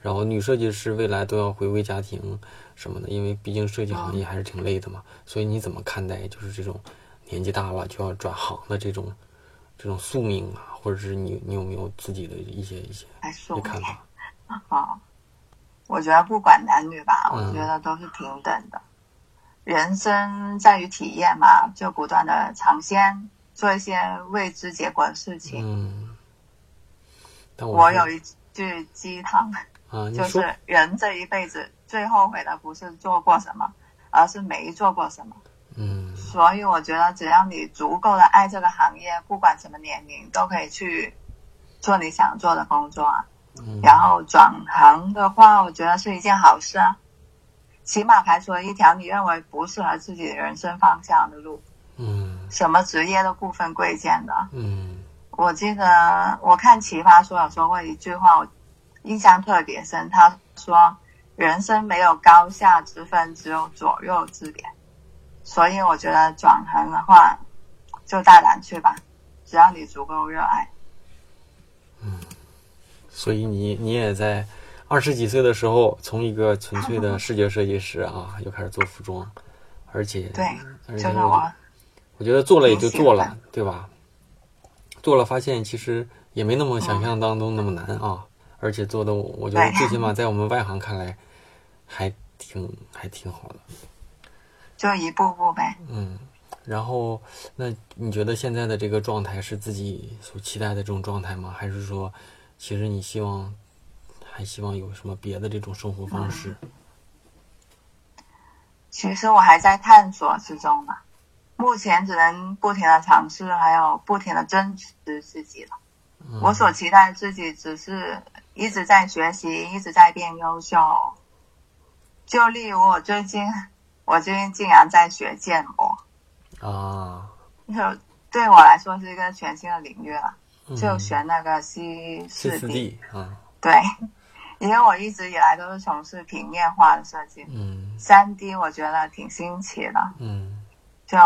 Speaker 1: 然后女设计师未来都要回归家庭什么的，因为毕竟设计行业还是挺累的嘛。所以你怎么看待就是这种年纪大了就要转行的这种这种宿命啊，或者是你你有没有自己的一些一些
Speaker 3: 还
Speaker 1: 一
Speaker 3: 说
Speaker 1: 些看法？
Speaker 3: 哦，我觉得不管男女吧，我
Speaker 1: 嗯
Speaker 3: 觉得都是平等的。人生在于体验嘛，就不断的尝鲜，做一些未知结果的事情。
Speaker 1: 嗯，但
Speaker 3: 我
Speaker 1: 是
Speaker 3: 有一句鸡汤，
Speaker 1: 啊，你
Speaker 3: 就
Speaker 1: 说
Speaker 3: 是人这一辈子最后悔的不是做过什么，而是没做过什么。
Speaker 1: 嗯
Speaker 3: 所以我觉得，只要你足够的爱这个行业，不管什么年龄都可以去做你想做的工作啊。
Speaker 1: 嗯
Speaker 3: 然后转行的话，我觉得是一件好事啊，起码排除了一条你认为不适合自己人生方向的路。
Speaker 1: 嗯
Speaker 3: 什么职业都不分贵贱的。
Speaker 1: 嗯
Speaker 3: 我记得我看《奇葩说》有说过一句话，我印象特别深。他说：“人生没有高下之分，只有左右之别。”所以我觉得转行的话，就大胆去吧，只要你足够热爱。
Speaker 1: 所以你你也在二十几岁的时候，从一个纯粹的视觉设计师啊，又开始做服装，而且
Speaker 3: 对，
Speaker 1: 而且
Speaker 3: 就是
Speaker 1: 我
Speaker 3: 我，
Speaker 1: 我觉得做了也就做
Speaker 3: 挺喜
Speaker 1: 了，对吧？做了发现其实也没那么想象当中那么难啊，而且做的我我觉得
Speaker 3: 嗯对
Speaker 1: 最
Speaker 3: [LAUGHS]
Speaker 1: 起码在我们外行看来还挺还挺好的，
Speaker 3: 就一步步呗。
Speaker 1: 嗯。然后，那你觉得现在的这个状态是自己所期待的这种状态吗？还是说，其实你希望还希望有什么别的这种生活方式？
Speaker 3: 其实我还在探索之中嘛，目前只能不停的尝试，还有不停的争取自己了。
Speaker 1: 嗯
Speaker 3: 我所期待自己只是一直在学习，一直在变优秀。就例如我最近，我最近竟然在学建模，嗯
Speaker 1: 啊，
Speaker 3: 就对我来说是一个全新的领域了，
Speaker 1: 嗯
Speaker 3: 就学那个西
Speaker 1: 是
Speaker 3: 式
Speaker 1: 四 D 啊，
Speaker 3: 对， [LAUGHS] 因为我一直以来都是从事平面化的设计，
Speaker 1: 嗯
Speaker 3: 三 D 我觉得挺新奇的，
Speaker 1: 嗯
Speaker 3: 就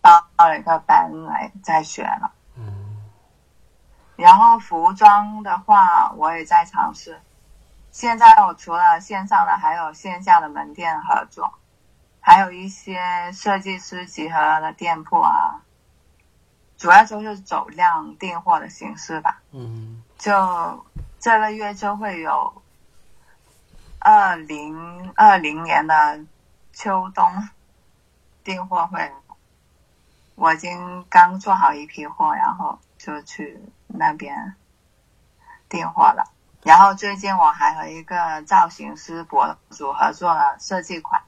Speaker 3: 报了一个班来在学了。
Speaker 1: 嗯
Speaker 3: 然后服装的话，我也在尝试。现在我除了线上的，还有线下的门店合作，还有一些设计师集合的店铺啊。主要就是走量订货的形式吧。
Speaker 1: 嗯
Speaker 3: 就这个月就会有二零二零呃年的秋冬订货会，我已经刚做好一批货，然后就去那边订货了。然后最近我还和一个造型师博主合作了设计款，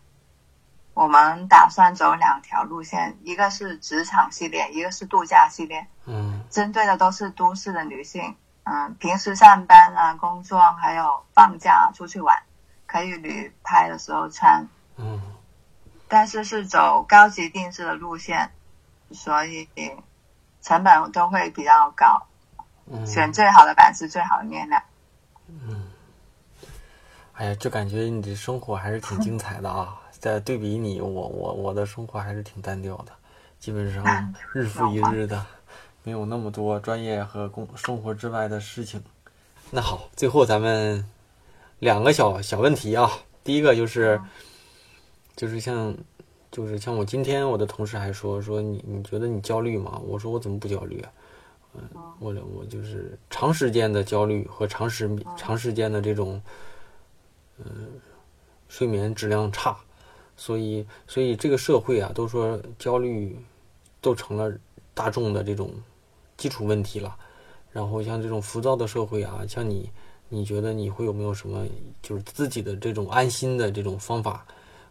Speaker 3: 我们打算走两条路线，一个是职场系列，一个是度假系列。
Speaker 1: 嗯
Speaker 3: 针对的都是都市的女性，嗯，平时上班啊、工作还有放假出去玩，可以旅拍的时候穿，
Speaker 1: 嗯
Speaker 3: 但是是走高级定制的路线，所以成本都会比较高，
Speaker 1: 嗯，
Speaker 3: 选最好的版是最好的面料。
Speaker 1: 哎呀，就感觉你的生活还是挺精彩的啊！在对比你，我我我的生活还是挺单调的，基本
Speaker 3: [LAUGHS]
Speaker 1: 上日复一日的，没有那么多专业和工生活之外的事情。那好，最后咱们两个小小问题啊，第一个就是，就是像，就是像我今天我的同事还说说你你觉得你焦虑吗？我说我怎么不焦虑啊？嗯，我我就是长时间的焦虑和长时长时间的这种。呃睡眠质量差，所以所以这个社会啊，都说焦虑都成了大众的这种基础问题了。然后像这种浮躁的社会啊，像你，你觉得你会有没有什么就是自己的这种安心的这种方法，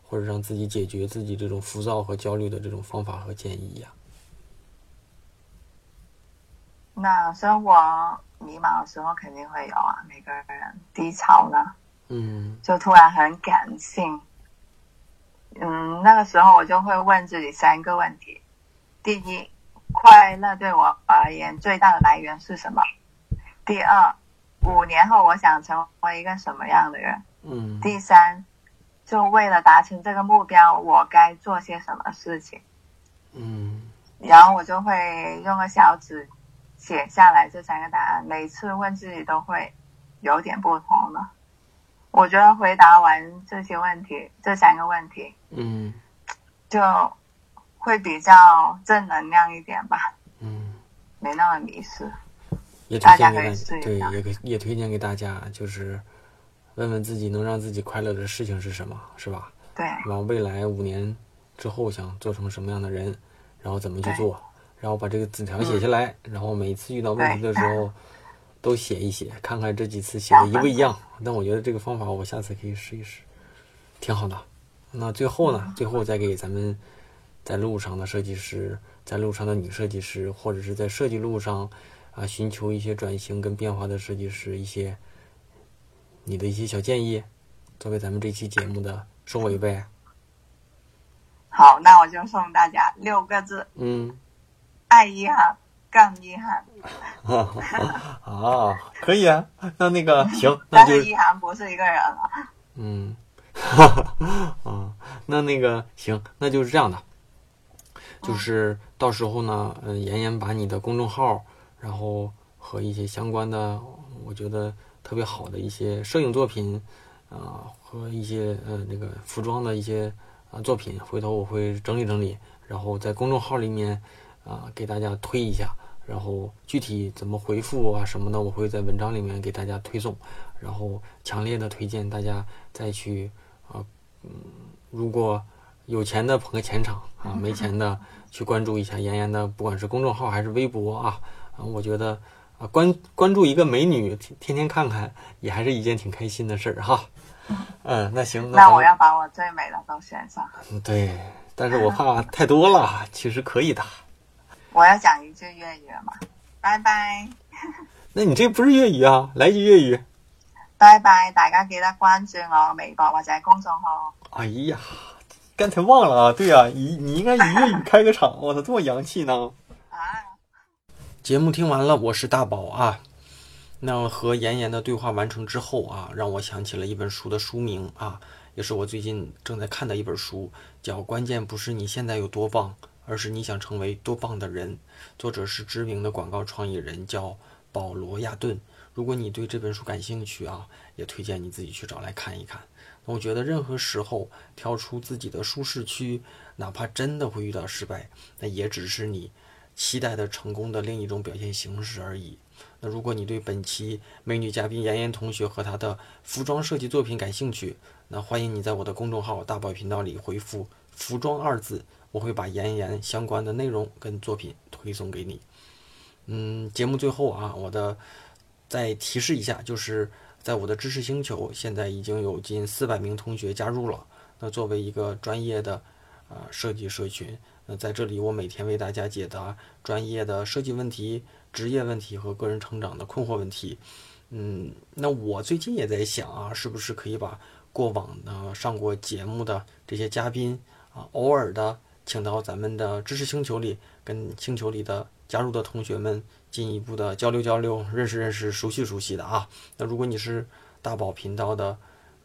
Speaker 1: 或者让自己解决自己这种浮躁和焦虑的这种方法和建议呀、
Speaker 3: 那生活迷茫的时候肯定会有啊，每个人低潮呢，
Speaker 1: 嗯
Speaker 3: 就突然很感性。嗯，那个时候我就会问自己三个问题：第一，快乐对我而言最大的来源是什么？第二，五年后我想成为一个什么样的人？
Speaker 1: 嗯
Speaker 3: 第三，就为了达成这个目标，我该做些什么事情？
Speaker 1: 嗯
Speaker 3: 然后我就会用个小纸写下来这三个答案，每次问自己都会有点不同的。我觉得回答完这些问题，这三个问题
Speaker 1: 嗯
Speaker 3: 就会比较正能量一点吧。
Speaker 1: 嗯，
Speaker 3: 没那么迷失。
Speaker 1: 也推
Speaker 3: 大
Speaker 1: 荐
Speaker 3: 家
Speaker 1: 给
Speaker 3: 可以
Speaker 1: 大
Speaker 3: 试一
Speaker 1: 对，
Speaker 3: 下
Speaker 1: 也给也推荐给大家，就是问问自己能让自己快乐的事情是什么，是吧？
Speaker 3: 对
Speaker 1: 然后未来五年之后想做成什么样的人，然后怎么去
Speaker 3: 对嗯
Speaker 1: 做，然后把这个纸条写下来，然后每次遇到问题的时候都写一写，看看这几次写的一不一样。但我觉得这个方法我下次可以试一试，挺好的。那最后
Speaker 3: 嗯
Speaker 1: 呢？最后再给咱们在路上的设计师，在路上的女设计师，或者是在设计路上啊寻求一些转型跟变化的设计师一些你的一些小建议，作为咱们这期节目的收尾呗。
Speaker 3: 好，那我就送大家六个字：
Speaker 1: 嗯，
Speaker 3: 爱遗憾，更遗憾。
Speaker 1: 啊，
Speaker 2: 可以啊。那那个
Speaker 1: 行，那
Speaker 3: 但
Speaker 1: 就是
Speaker 3: 遗憾不是一个人了。
Speaker 1: 嗯，哈哈啊，那那个行，那就是这样的，就是到时候呢，嗯、妍妍把你的公众号，然后和一些相关的，我觉得特别好的一些摄影作品，啊、和一些呃那个服装的一些啊、作品，回头我会整理整理，然后在公众号里面啊、给大家推一下，然后具体怎么回复啊什么的，我会在文章里面给大家推送。然后强烈的推荐大家再去啊、呃，嗯，如果有钱的捧个钱场啊，没钱的去关注一下妍妍的，不管是公众号还是微博啊，啊我觉得啊关关注一个美女，天天天看看也还是一件挺开心的事儿哈。嗯，那行，咱
Speaker 3: 那
Speaker 1: 们
Speaker 3: 我要把我最美的都选上。
Speaker 1: 嗯对，但是我怕太多了，其实可以的。
Speaker 3: 我要讲一句粤语了嘛？拜拜，
Speaker 1: 那你这不是粤语啊？来句粤语。
Speaker 3: 拜拜！大家記得關注我微博或者公眾號。
Speaker 1: 哎呀，
Speaker 2: 刚才忘了啊，对啊，你你应该以粤语开个场，我操，这么洋气呢。
Speaker 3: 啊。
Speaker 1: 节目听完了，我是大宝啊。那和妍妍的对话完成之后啊，让我想起了一本书的书名啊，也是我最近正在看的一本书，叫《关键不是你现在有多棒，而是你想成为多棒的人》。作者是知名的广告创意人，叫保罗·亚顿。如果你对这本书感兴趣啊，也推荐你自己去找来看一看。那我觉得任何时候跳出自己的舒适区，哪怕真的会遇到失败，那也只是你期待的成功的另一种表现形式而已。那如果你对本期美女嘉宾妍妍同学和她的服装设计作品感兴趣，那欢迎你在我的公众号“大宝频道”里回复“服装”二字，我会把妍妍相关的内容跟作品推送给你。嗯，节目最后啊，我的再提示一下，就是在我的知识星球，现在已经有近四百名同学加入了。那作为一个专业的呃设计社群，那在这里我每天为大家解答专业的设计问题、职业问题和个人成长的困惑问题。嗯，那我最近也在想啊，是不是可以把过往呢上过节目的这些嘉宾啊，偶尔的请到咱们的知识星球里，跟星球里的加入的同学们进一步的交流交流，认识认识，熟悉熟悉的啊。那如果你是大宝频道的，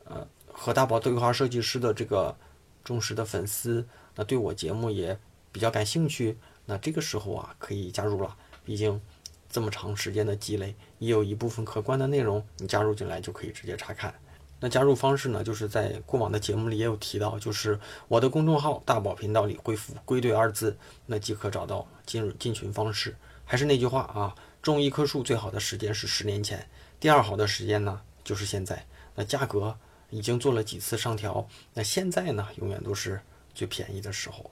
Speaker 1: 呃，和大宝对话设计师的这个忠实的粉丝，那对我节目也比较感兴趣，那这个时候啊可以加入了，毕竟这么长时间的积累，也有一部分可观的内容你加入进来就可以直接查看。那加入方式呢，就是在过往的节目里也有提到，就是我的公众号“大宝频道”里回复“归队”二字，那即可找到进入进群方式。还是那句话啊，种一棵树最好的时间是十年前，第二好的时间呢就是现在。那价格已经做了几次上调，那现在呢永远都是最便宜的时候。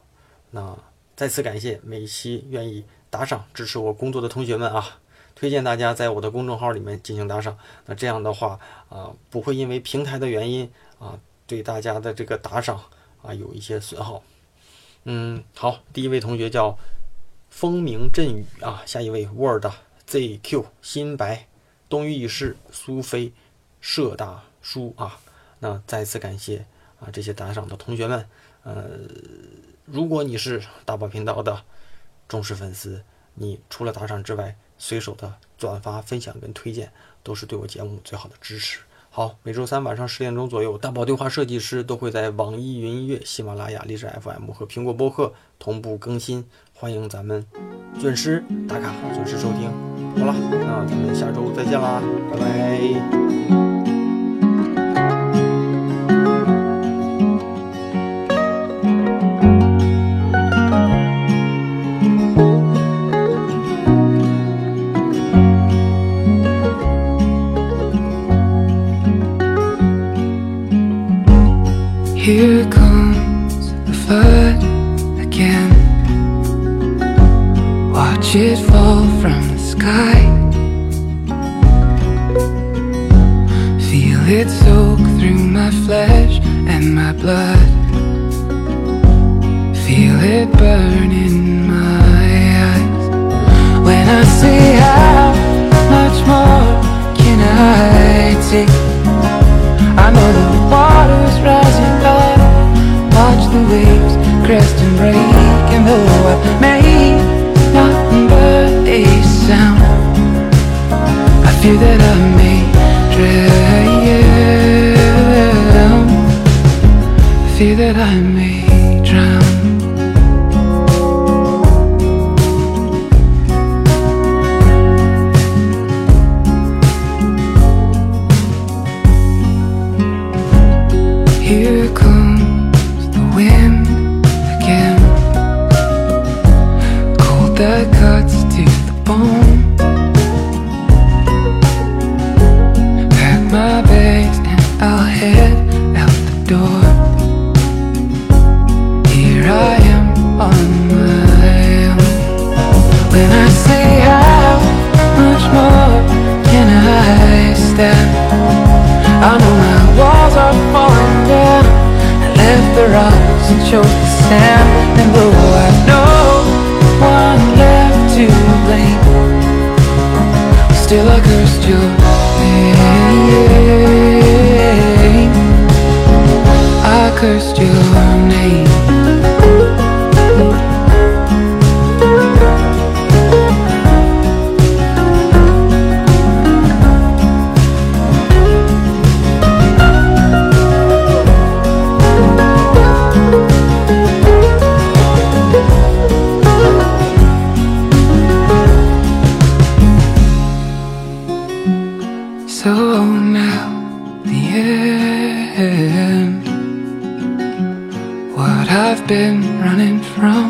Speaker 1: 那再次感谢每一期愿意打赏支持我工作的同学们啊！推荐大家在我的公众号里面进行打赏。那这样的话啊、不会因为平台的原因啊、对大家的这个打赏啊有一些损耗。嗯，好，第一位同学叫风鸣振宇啊，下一位 Word ZQ 新白东隅已逝苏菲社大叔啊，那再次感谢啊这些打赏的同学们，呃，如果你是大宝频道的忠实粉丝，你除了打赏之外，随手的转发、分享跟推荐，都是对我节目最好的支持。好，每周三晚上十点钟左右，大宝对话设计师都会在网易云音乐、喜马拉雅、荔枝 FM 和苹果播客同步更新，欢迎咱们准时打卡、准时收听。好了，那咱们下周再见啦，拜拜。
Speaker 4: thank Here comes the flood again. Watch it fall from the sky. Feel it soak through my flesh and my blood. Feel it burn in my eyes. When I see how much more can I take? I know the water's rising up. Watch the waves crest and break, and though I made nothing but a sound, I fear that I may drown. I fear that I may drown. Here comes the wind again. Cold that cuts to the bone. Pack my bags and I'll head out the door. Here I am on my own. When I say how much more can I stand? I know my walls are falling down. I left the rocks and chose the sand. And though I know one left to blame, still I cursed your name. I cursed your name. So now the end. What I've been running from.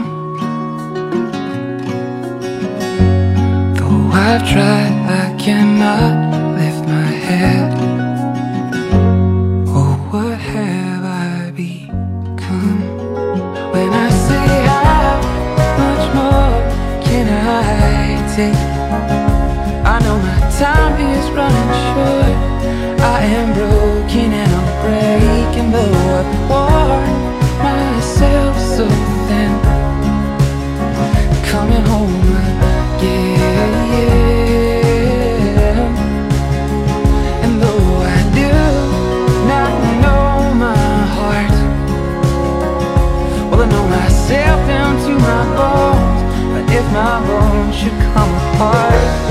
Speaker 4: Though I've tried, I cannot lift my head. Oh, what have I become? When I say how much more can I take? I know my time is running short. I am broken and I'm breaking, though I've worn myself so thin. Coming home again. And though I do not know my heart, well, I know myself down to my bones. But if my bones should come apart,